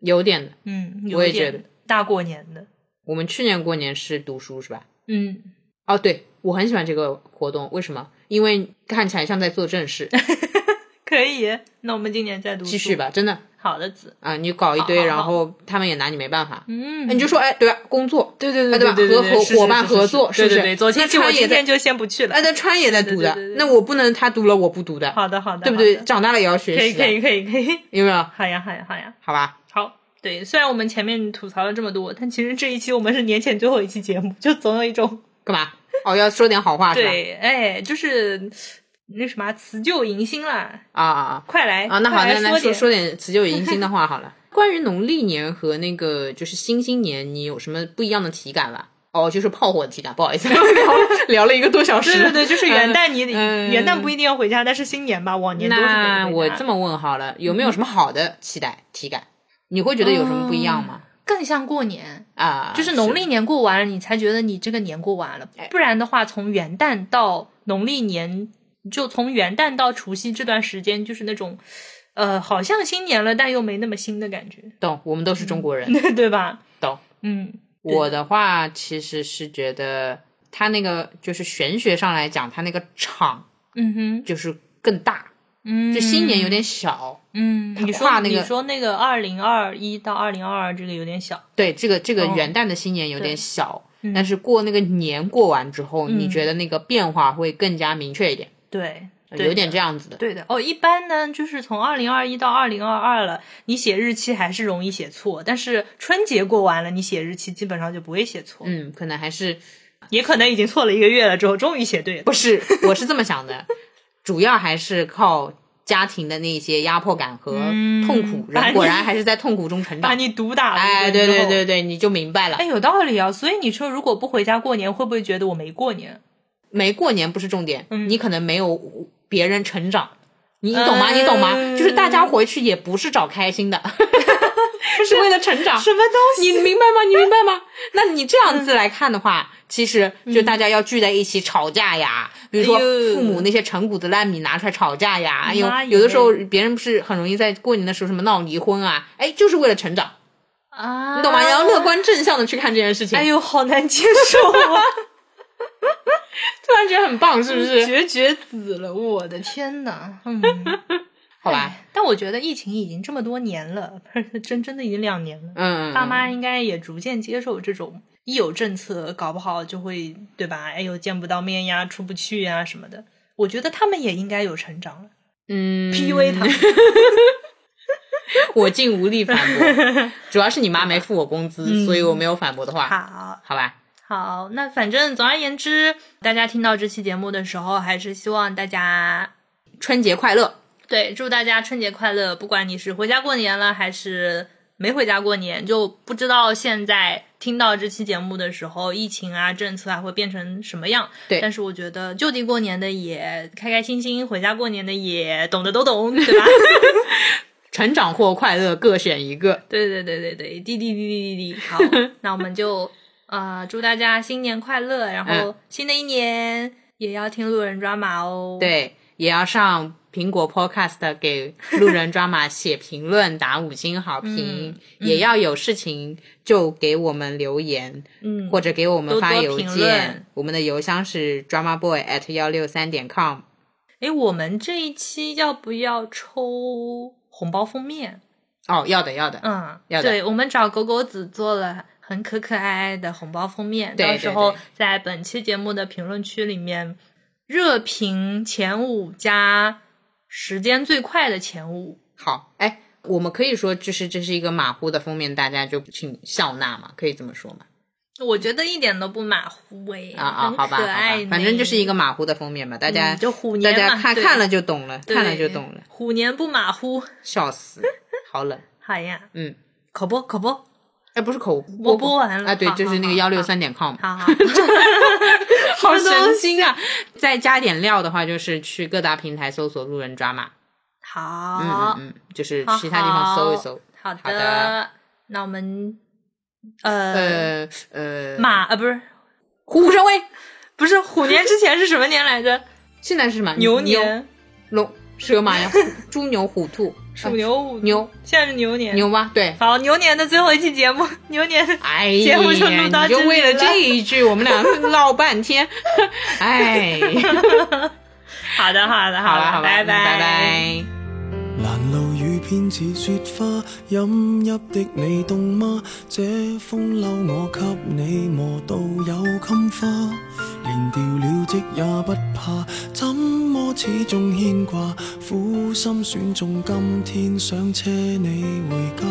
[SPEAKER 2] 有点的。
[SPEAKER 1] 嗯，
[SPEAKER 2] 我
[SPEAKER 1] 有
[SPEAKER 2] 也
[SPEAKER 1] 一
[SPEAKER 2] 觉
[SPEAKER 1] 点大过年的，
[SPEAKER 2] 我们去年过年是读书是吧？
[SPEAKER 1] 嗯，
[SPEAKER 2] 哦，对，我很喜欢这个活动，为什么？因为看起来像在做正事。
[SPEAKER 1] 可以。那我们今年再读
[SPEAKER 2] 继续
[SPEAKER 1] 吧。
[SPEAKER 2] 吧，真的
[SPEAKER 1] 好的，子，
[SPEAKER 2] 啊，你搞一堆，
[SPEAKER 1] 好好好
[SPEAKER 2] 然后他们也拿你没办法。
[SPEAKER 1] 嗯
[SPEAKER 2] 哎你就说，哎，对啊，工作，
[SPEAKER 1] 对对
[SPEAKER 2] 哎对吧和伙伙伴合作是不
[SPEAKER 1] 对
[SPEAKER 2] 是
[SPEAKER 1] 对对，昨天
[SPEAKER 2] 那
[SPEAKER 1] 起我
[SPEAKER 2] 他也
[SPEAKER 1] 今
[SPEAKER 2] 在
[SPEAKER 1] 天就先不去了
[SPEAKER 2] 哎，。那川也在读的
[SPEAKER 1] 对对对，对
[SPEAKER 2] 那我不能他读了我不读的，
[SPEAKER 1] 好的好的，
[SPEAKER 2] 对不
[SPEAKER 1] 好
[SPEAKER 2] 对？啊
[SPEAKER 1] 的？
[SPEAKER 2] 长大了也要学
[SPEAKER 1] 可以
[SPEAKER 2] 习的，
[SPEAKER 1] 可以可以可以，
[SPEAKER 2] 有没有？
[SPEAKER 1] 好呀好呀好呀，
[SPEAKER 2] 好吧，
[SPEAKER 1] 好。对，虽然我们前面吐槽了这么多，但其实这一期我们是年前最后一期节目，就总有一种
[SPEAKER 2] 干嘛？哦，要说点好话是吧？
[SPEAKER 1] 对，哎，就是那什么辞旧迎新啦，
[SPEAKER 2] 啊啊啊！
[SPEAKER 1] 快来
[SPEAKER 2] 啊，那好，
[SPEAKER 1] 哎快来
[SPEAKER 2] 那那
[SPEAKER 1] 说
[SPEAKER 2] 说
[SPEAKER 1] 点
[SPEAKER 2] 说点辞旧迎新的话好
[SPEAKER 1] *laughs*
[SPEAKER 2] 了。关于农历年和那个就是新新年，你有什么不一样的体感吧？哦，就是炮火的体感，不
[SPEAKER 1] *laughs*
[SPEAKER 2] 好意思，聊聊了一个多小时。
[SPEAKER 1] 对对对，就是元旦你、
[SPEAKER 2] 嗯
[SPEAKER 1] 元旦不一定要回家，但是新年吧，往年都是
[SPEAKER 2] 那
[SPEAKER 1] 得
[SPEAKER 2] 我
[SPEAKER 1] 回
[SPEAKER 2] 这
[SPEAKER 1] 家。
[SPEAKER 2] 么问好了，有没有什么好的期待体感？你会觉得有什么不一样吗？
[SPEAKER 1] 更像过年，嗯
[SPEAKER 2] 啊，哎
[SPEAKER 1] 就是农历年过完了，你才觉得你这个年过完了。不然的话，从元旦到农历年，就从元旦到除夕这段时间，就是那种，呃，好像新年了，但又没那么新的感觉， *laughs*
[SPEAKER 2] 懂，我们都是中国人。
[SPEAKER 1] 对对吧？
[SPEAKER 2] 懂。
[SPEAKER 1] 嗯，对
[SPEAKER 2] 我的话其实是觉得它那个就是玄学上来讲，它那个场
[SPEAKER 1] 嗯哼，
[SPEAKER 2] 就是更大，
[SPEAKER 1] 嗯，
[SPEAKER 2] 就新年有点小。
[SPEAKER 1] 嗯，
[SPEAKER 2] 它
[SPEAKER 1] 你说
[SPEAKER 2] 跨那个
[SPEAKER 1] 你说那个二零二一到二零二二这个有点小，
[SPEAKER 2] 对，这个这个
[SPEAKER 1] 哦
[SPEAKER 2] 元旦的新年有点
[SPEAKER 1] 对
[SPEAKER 2] 小，
[SPEAKER 1] 嗯
[SPEAKER 2] 但是过那个年过完之后，
[SPEAKER 1] 嗯
[SPEAKER 2] 你觉得那个变化会更加明确一点。
[SPEAKER 1] 对，对
[SPEAKER 2] 有点这样子的。
[SPEAKER 1] 对的哦，一般呢，就是从二零二一到二零二二了，你写日期还是容易写错，但是春节过完了，你写日期基本上就不会写错，
[SPEAKER 2] 嗯，可能还是
[SPEAKER 1] 也可能已经错了一个月了之后，终于写对了。
[SPEAKER 2] 不是，我是这么想的， *laughs* 主要还是靠家庭的那些压迫感和
[SPEAKER 1] 嗯
[SPEAKER 2] 痛苦，
[SPEAKER 1] 把
[SPEAKER 2] 人
[SPEAKER 1] 你
[SPEAKER 2] 果然还是在痛苦中成
[SPEAKER 1] 把
[SPEAKER 2] 长。
[SPEAKER 1] 你毒打了，
[SPEAKER 2] 哎，对
[SPEAKER 1] 对
[SPEAKER 2] 对对，对，你就明白了
[SPEAKER 1] 哎，。有道理啊。所以你说，如果不回家过年，会不会觉得我没过年？
[SPEAKER 2] 没过年不是重点，
[SPEAKER 1] 嗯
[SPEAKER 2] 你可能没有别人成长，你你懂吗？你懂吗？
[SPEAKER 1] 嗯
[SPEAKER 2] 就是大家回去也不是找
[SPEAKER 1] *laughs*
[SPEAKER 2] 开心的，是为了成长。
[SPEAKER 1] 么东
[SPEAKER 2] 你明白
[SPEAKER 1] *laughs*
[SPEAKER 2] 吗？你明白吗？那你这样子来看的
[SPEAKER 1] 嗯
[SPEAKER 2] 话，其实就大家要聚在一起吵架呀，比如说
[SPEAKER 1] 哎呦
[SPEAKER 2] 父母那些陈谷子烂米拿出来吵架呀，哎呦
[SPEAKER 1] 妈，耶
[SPEAKER 2] 有的时候别人不是很容易在过年的时候什么闹离婚啊，哎，就是为了成长，
[SPEAKER 1] 啊？
[SPEAKER 2] 你懂吗？你要乐。观正向的去看这件事情，
[SPEAKER 1] 哎，呦，好难接受 *laughs* 啊！
[SPEAKER 2] 突然觉得很棒，是不是？
[SPEAKER 1] 绝绝子了，我的天哪！嗯，
[SPEAKER 2] 好吧，
[SPEAKER 1] 哎 *laughs* 但我觉得疫情已经这么多年了， *laughs* 不是真真的已经两年了。
[SPEAKER 2] 嗯，
[SPEAKER 1] 爸妈应该也逐渐接受这种，一有政策，搞不好就会对吧？哎呦，见不到面呀，出不去呀什么的。我觉得他们也应该有成长了。
[SPEAKER 2] 嗯
[SPEAKER 1] PUA 他们，
[SPEAKER 2] 我竟无力反驳，主要是你妈没付我工资，
[SPEAKER 1] *laughs* 嗯
[SPEAKER 2] 所以我没有反驳的话，
[SPEAKER 1] 好，
[SPEAKER 2] 好吧？
[SPEAKER 1] 好，那反正总而言之，大家听到这期节目的时候，还是希望大家
[SPEAKER 2] 春节快乐，
[SPEAKER 1] 对祝大家春节快乐。不管你是回家过年了，还是没回家过年，就不知道现在听到这期节目的时候，疫情啊、政策啊会变成什么样。
[SPEAKER 2] 对
[SPEAKER 1] 但是我觉得就地过年的也开开心心，回家过年的也懂的都懂，对吧？
[SPEAKER 2] 成长或快乐各选一个。
[SPEAKER 1] 对对对对对，滴滴滴滴滴滴。
[SPEAKER 2] *laughs*
[SPEAKER 1] 好，那我们就呃祝大家新年快乐，然后
[SPEAKER 2] 嗯
[SPEAKER 1] 新的一年也要听路人抓马哦。，
[SPEAKER 2] 对，也要上苹果 Podcast 给路人抓马写评论，打五星好
[SPEAKER 1] 嗯
[SPEAKER 2] 评，也要有事情就给我们留言，
[SPEAKER 1] 嗯，
[SPEAKER 2] 或者给我们
[SPEAKER 1] 多
[SPEAKER 2] 发
[SPEAKER 1] 多
[SPEAKER 2] 邮
[SPEAKER 1] 评
[SPEAKER 2] 件。
[SPEAKER 1] 论
[SPEAKER 2] 我们的邮箱是 drama boy at 幺六三点 com。
[SPEAKER 1] 哎，我们这一期要不要抽红包封面？
[SPEAKER 2] 哦，要的要的，
[SPEAKER 1] 嗯，
[SPEAKER 2] 要的
[SPEAKER 1] 对，我们找狗狗子做了。很可可爱爱的红包封面，
[SPEAKER 2] 对
[SPEAKER 1] 到
[SPEAKER 2] 对
[SPEAKER 1] 时候
[SPEAKER 2] 对
[SPEAKER 1] 在本期节目的评论区里面，热评前五加时间最快的前五，
[SPEAKER 2] 好，哎。我们可以说，就是这是一个马虎的封面，大家就请笑纳嘛，可以这么说嘛？
[SPEAKER 1] 我觉得一点都不马虎哎，
[SPEAKER 2] 啊啊，
[SPEAKER 1] 很
[SPEAKER 2] 好吧，好
[SPEAKER 1] 可爱
[SPEAKER 2] 吧
[SPEAKER 1] 呢，
[SPEAKER 2] 反正就是一个马虎的封面吧，大家、
[SPEAKER 1] 嗯就虎
[SPEAKER 2] 大
[SPEAKER 1] 年
[SPEAKER 2] 家
[SPEAKER 1] 嘛
[SPEAKER 2] 看
[SPEAKER 1] 对
[SPEAKER 2] 看了就懂了，看了
[SPEAKER 1] 对
[SPEAKER 2] 就懂了，
[SPEAKER 1] 虎年不马虎，
[SPEAKER 2] 笑死，好冷，
[SPEAKER 1] 好呀，
[SPEAKER 2] 嗯，
[SPEAKER 1] 口播口播，
[SPEAKER 2] 哎，不是口
[SPEAKER 1] 我
[SPEAKER 2] 播
[SPEAKER 1] 播完了
[SPEAKER 2] 啊，对
[SPEAKER 1] 好，
[SPEAKER 2] 就是那个
[SPEAKER 1] 好
[SPEAKER 2] 幺
[SPEAKER 1] 好
[SPEAKER 2] 六三点 com，
[SPEAKER 1] 好
[SPEAKER 2] *laughs*
[SPEAKER 1] 好，
[SPEAKER 2] 好
[SPEAKER 1] 什么东
[SPEAKER 2] 神经啊！再加点料的话，就是去各大平台搜索“路人抓马”，嗯嗯
[SPEAKER 1] 好，
[SPEAKER 2] 嗯，就是
[SPEAKER 1] 好
[SPEAKER 2] 其他地方搜一
[SPEAKER 1] 好
[SPEAKER 2] 搜。
[SPEAKER 1] 好
[SPEAKER 2] 好的
[SPEAKER 1] 的，那我们呃
[SPEAKER 2] 呃呃，
[SPEAKER 1] 马呃不是
[SPEAKER 2] 虎虎生威，
[SPEAKER 1] 不是虎年之前是什么年来着？
[SPEAKER 2] 现在是什么？
[SPEAKER 1] 牛、年，
[SPEAKER 2] 龙、蛇、
[SPEAKER 1] *laughs*
[SPEAKER 2] 马羊、猪、牛、虎、兔、
[SPEAKER 1] 属
[SPEAKER 2] 啊
[SPEAKER 1] 牛虎，
[SPEAKER 2] 牛
[SPEAKER 1] 现在是牛年，
[SPEAKER 2] 牛吗？对，
[SPEAKER 1] 好牛年的最后一期节目，牛年的
[SPEAKER 2] 哎呀，
[SPEAKER 1] 节目就录到
[SPEAKER 2] 你就
[SPEAKER 1] 这里
[SPEAKER 2] 为了
[SPEAKER 1] 了
[SPEAKER 2] 这一句，我们俩唠半天， *laughs* 哎，
[SPEAKER 1] 好的 *laughs* 好的
[SPEAKER 2] *laughs* 好了
[SPEAKER 1] 了，
[SPEAKER 2] 好了，
[SPEAKER 1] 拜
[SPEAKER 2] 拜拜。
[SPEAKER 4] 拦路雨偏似雪花，饮泣的你冻吗？这風褸我給你磨到有襟花，連掉了職也不怕，怎麼始終牽掛？苦心選中今天想車你回家，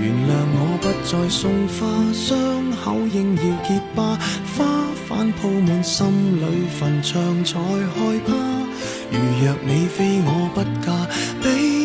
[SPEAKER 4] 原諒我不再送花，傷口應要結疤，花瓣鋪滿心裏墳場才開花。如若你非我不嫁，彼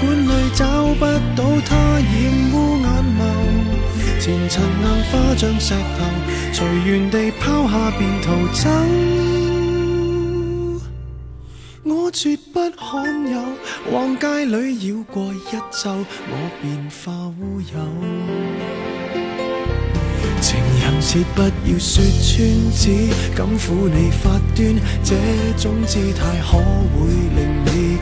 [SPEAKER 4] 管裏找不到它染污眼眸，前塵硬化像石頭，隨緣地拋下便逃走。我絕不罕有，往街裏繞過一晝，我便化烏有。情人切不要说穿，只敢苦你發端，這種姿態可會令你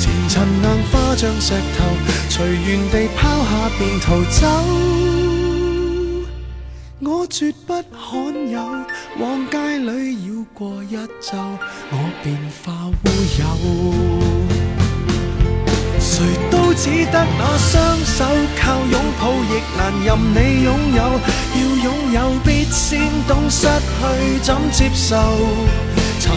[SPEAKER 4] 前塵硬化像石頭，隨緣地拋下便逃走。我絕不罕有，往街裏繞過一晝，我便化烏有。誰都只得那雙手，靠擁抱亦難任你擁有。要擁有必先懂失去怎接受。曾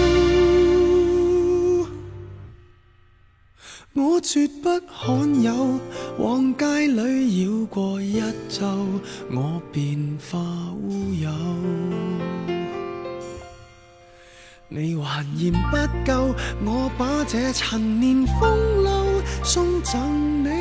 [SPEAKER 4] 我絕不罕有，往街裏繞過一晝，我便化烏有。你還嫌不夠，我把這陳年風褸送贈你。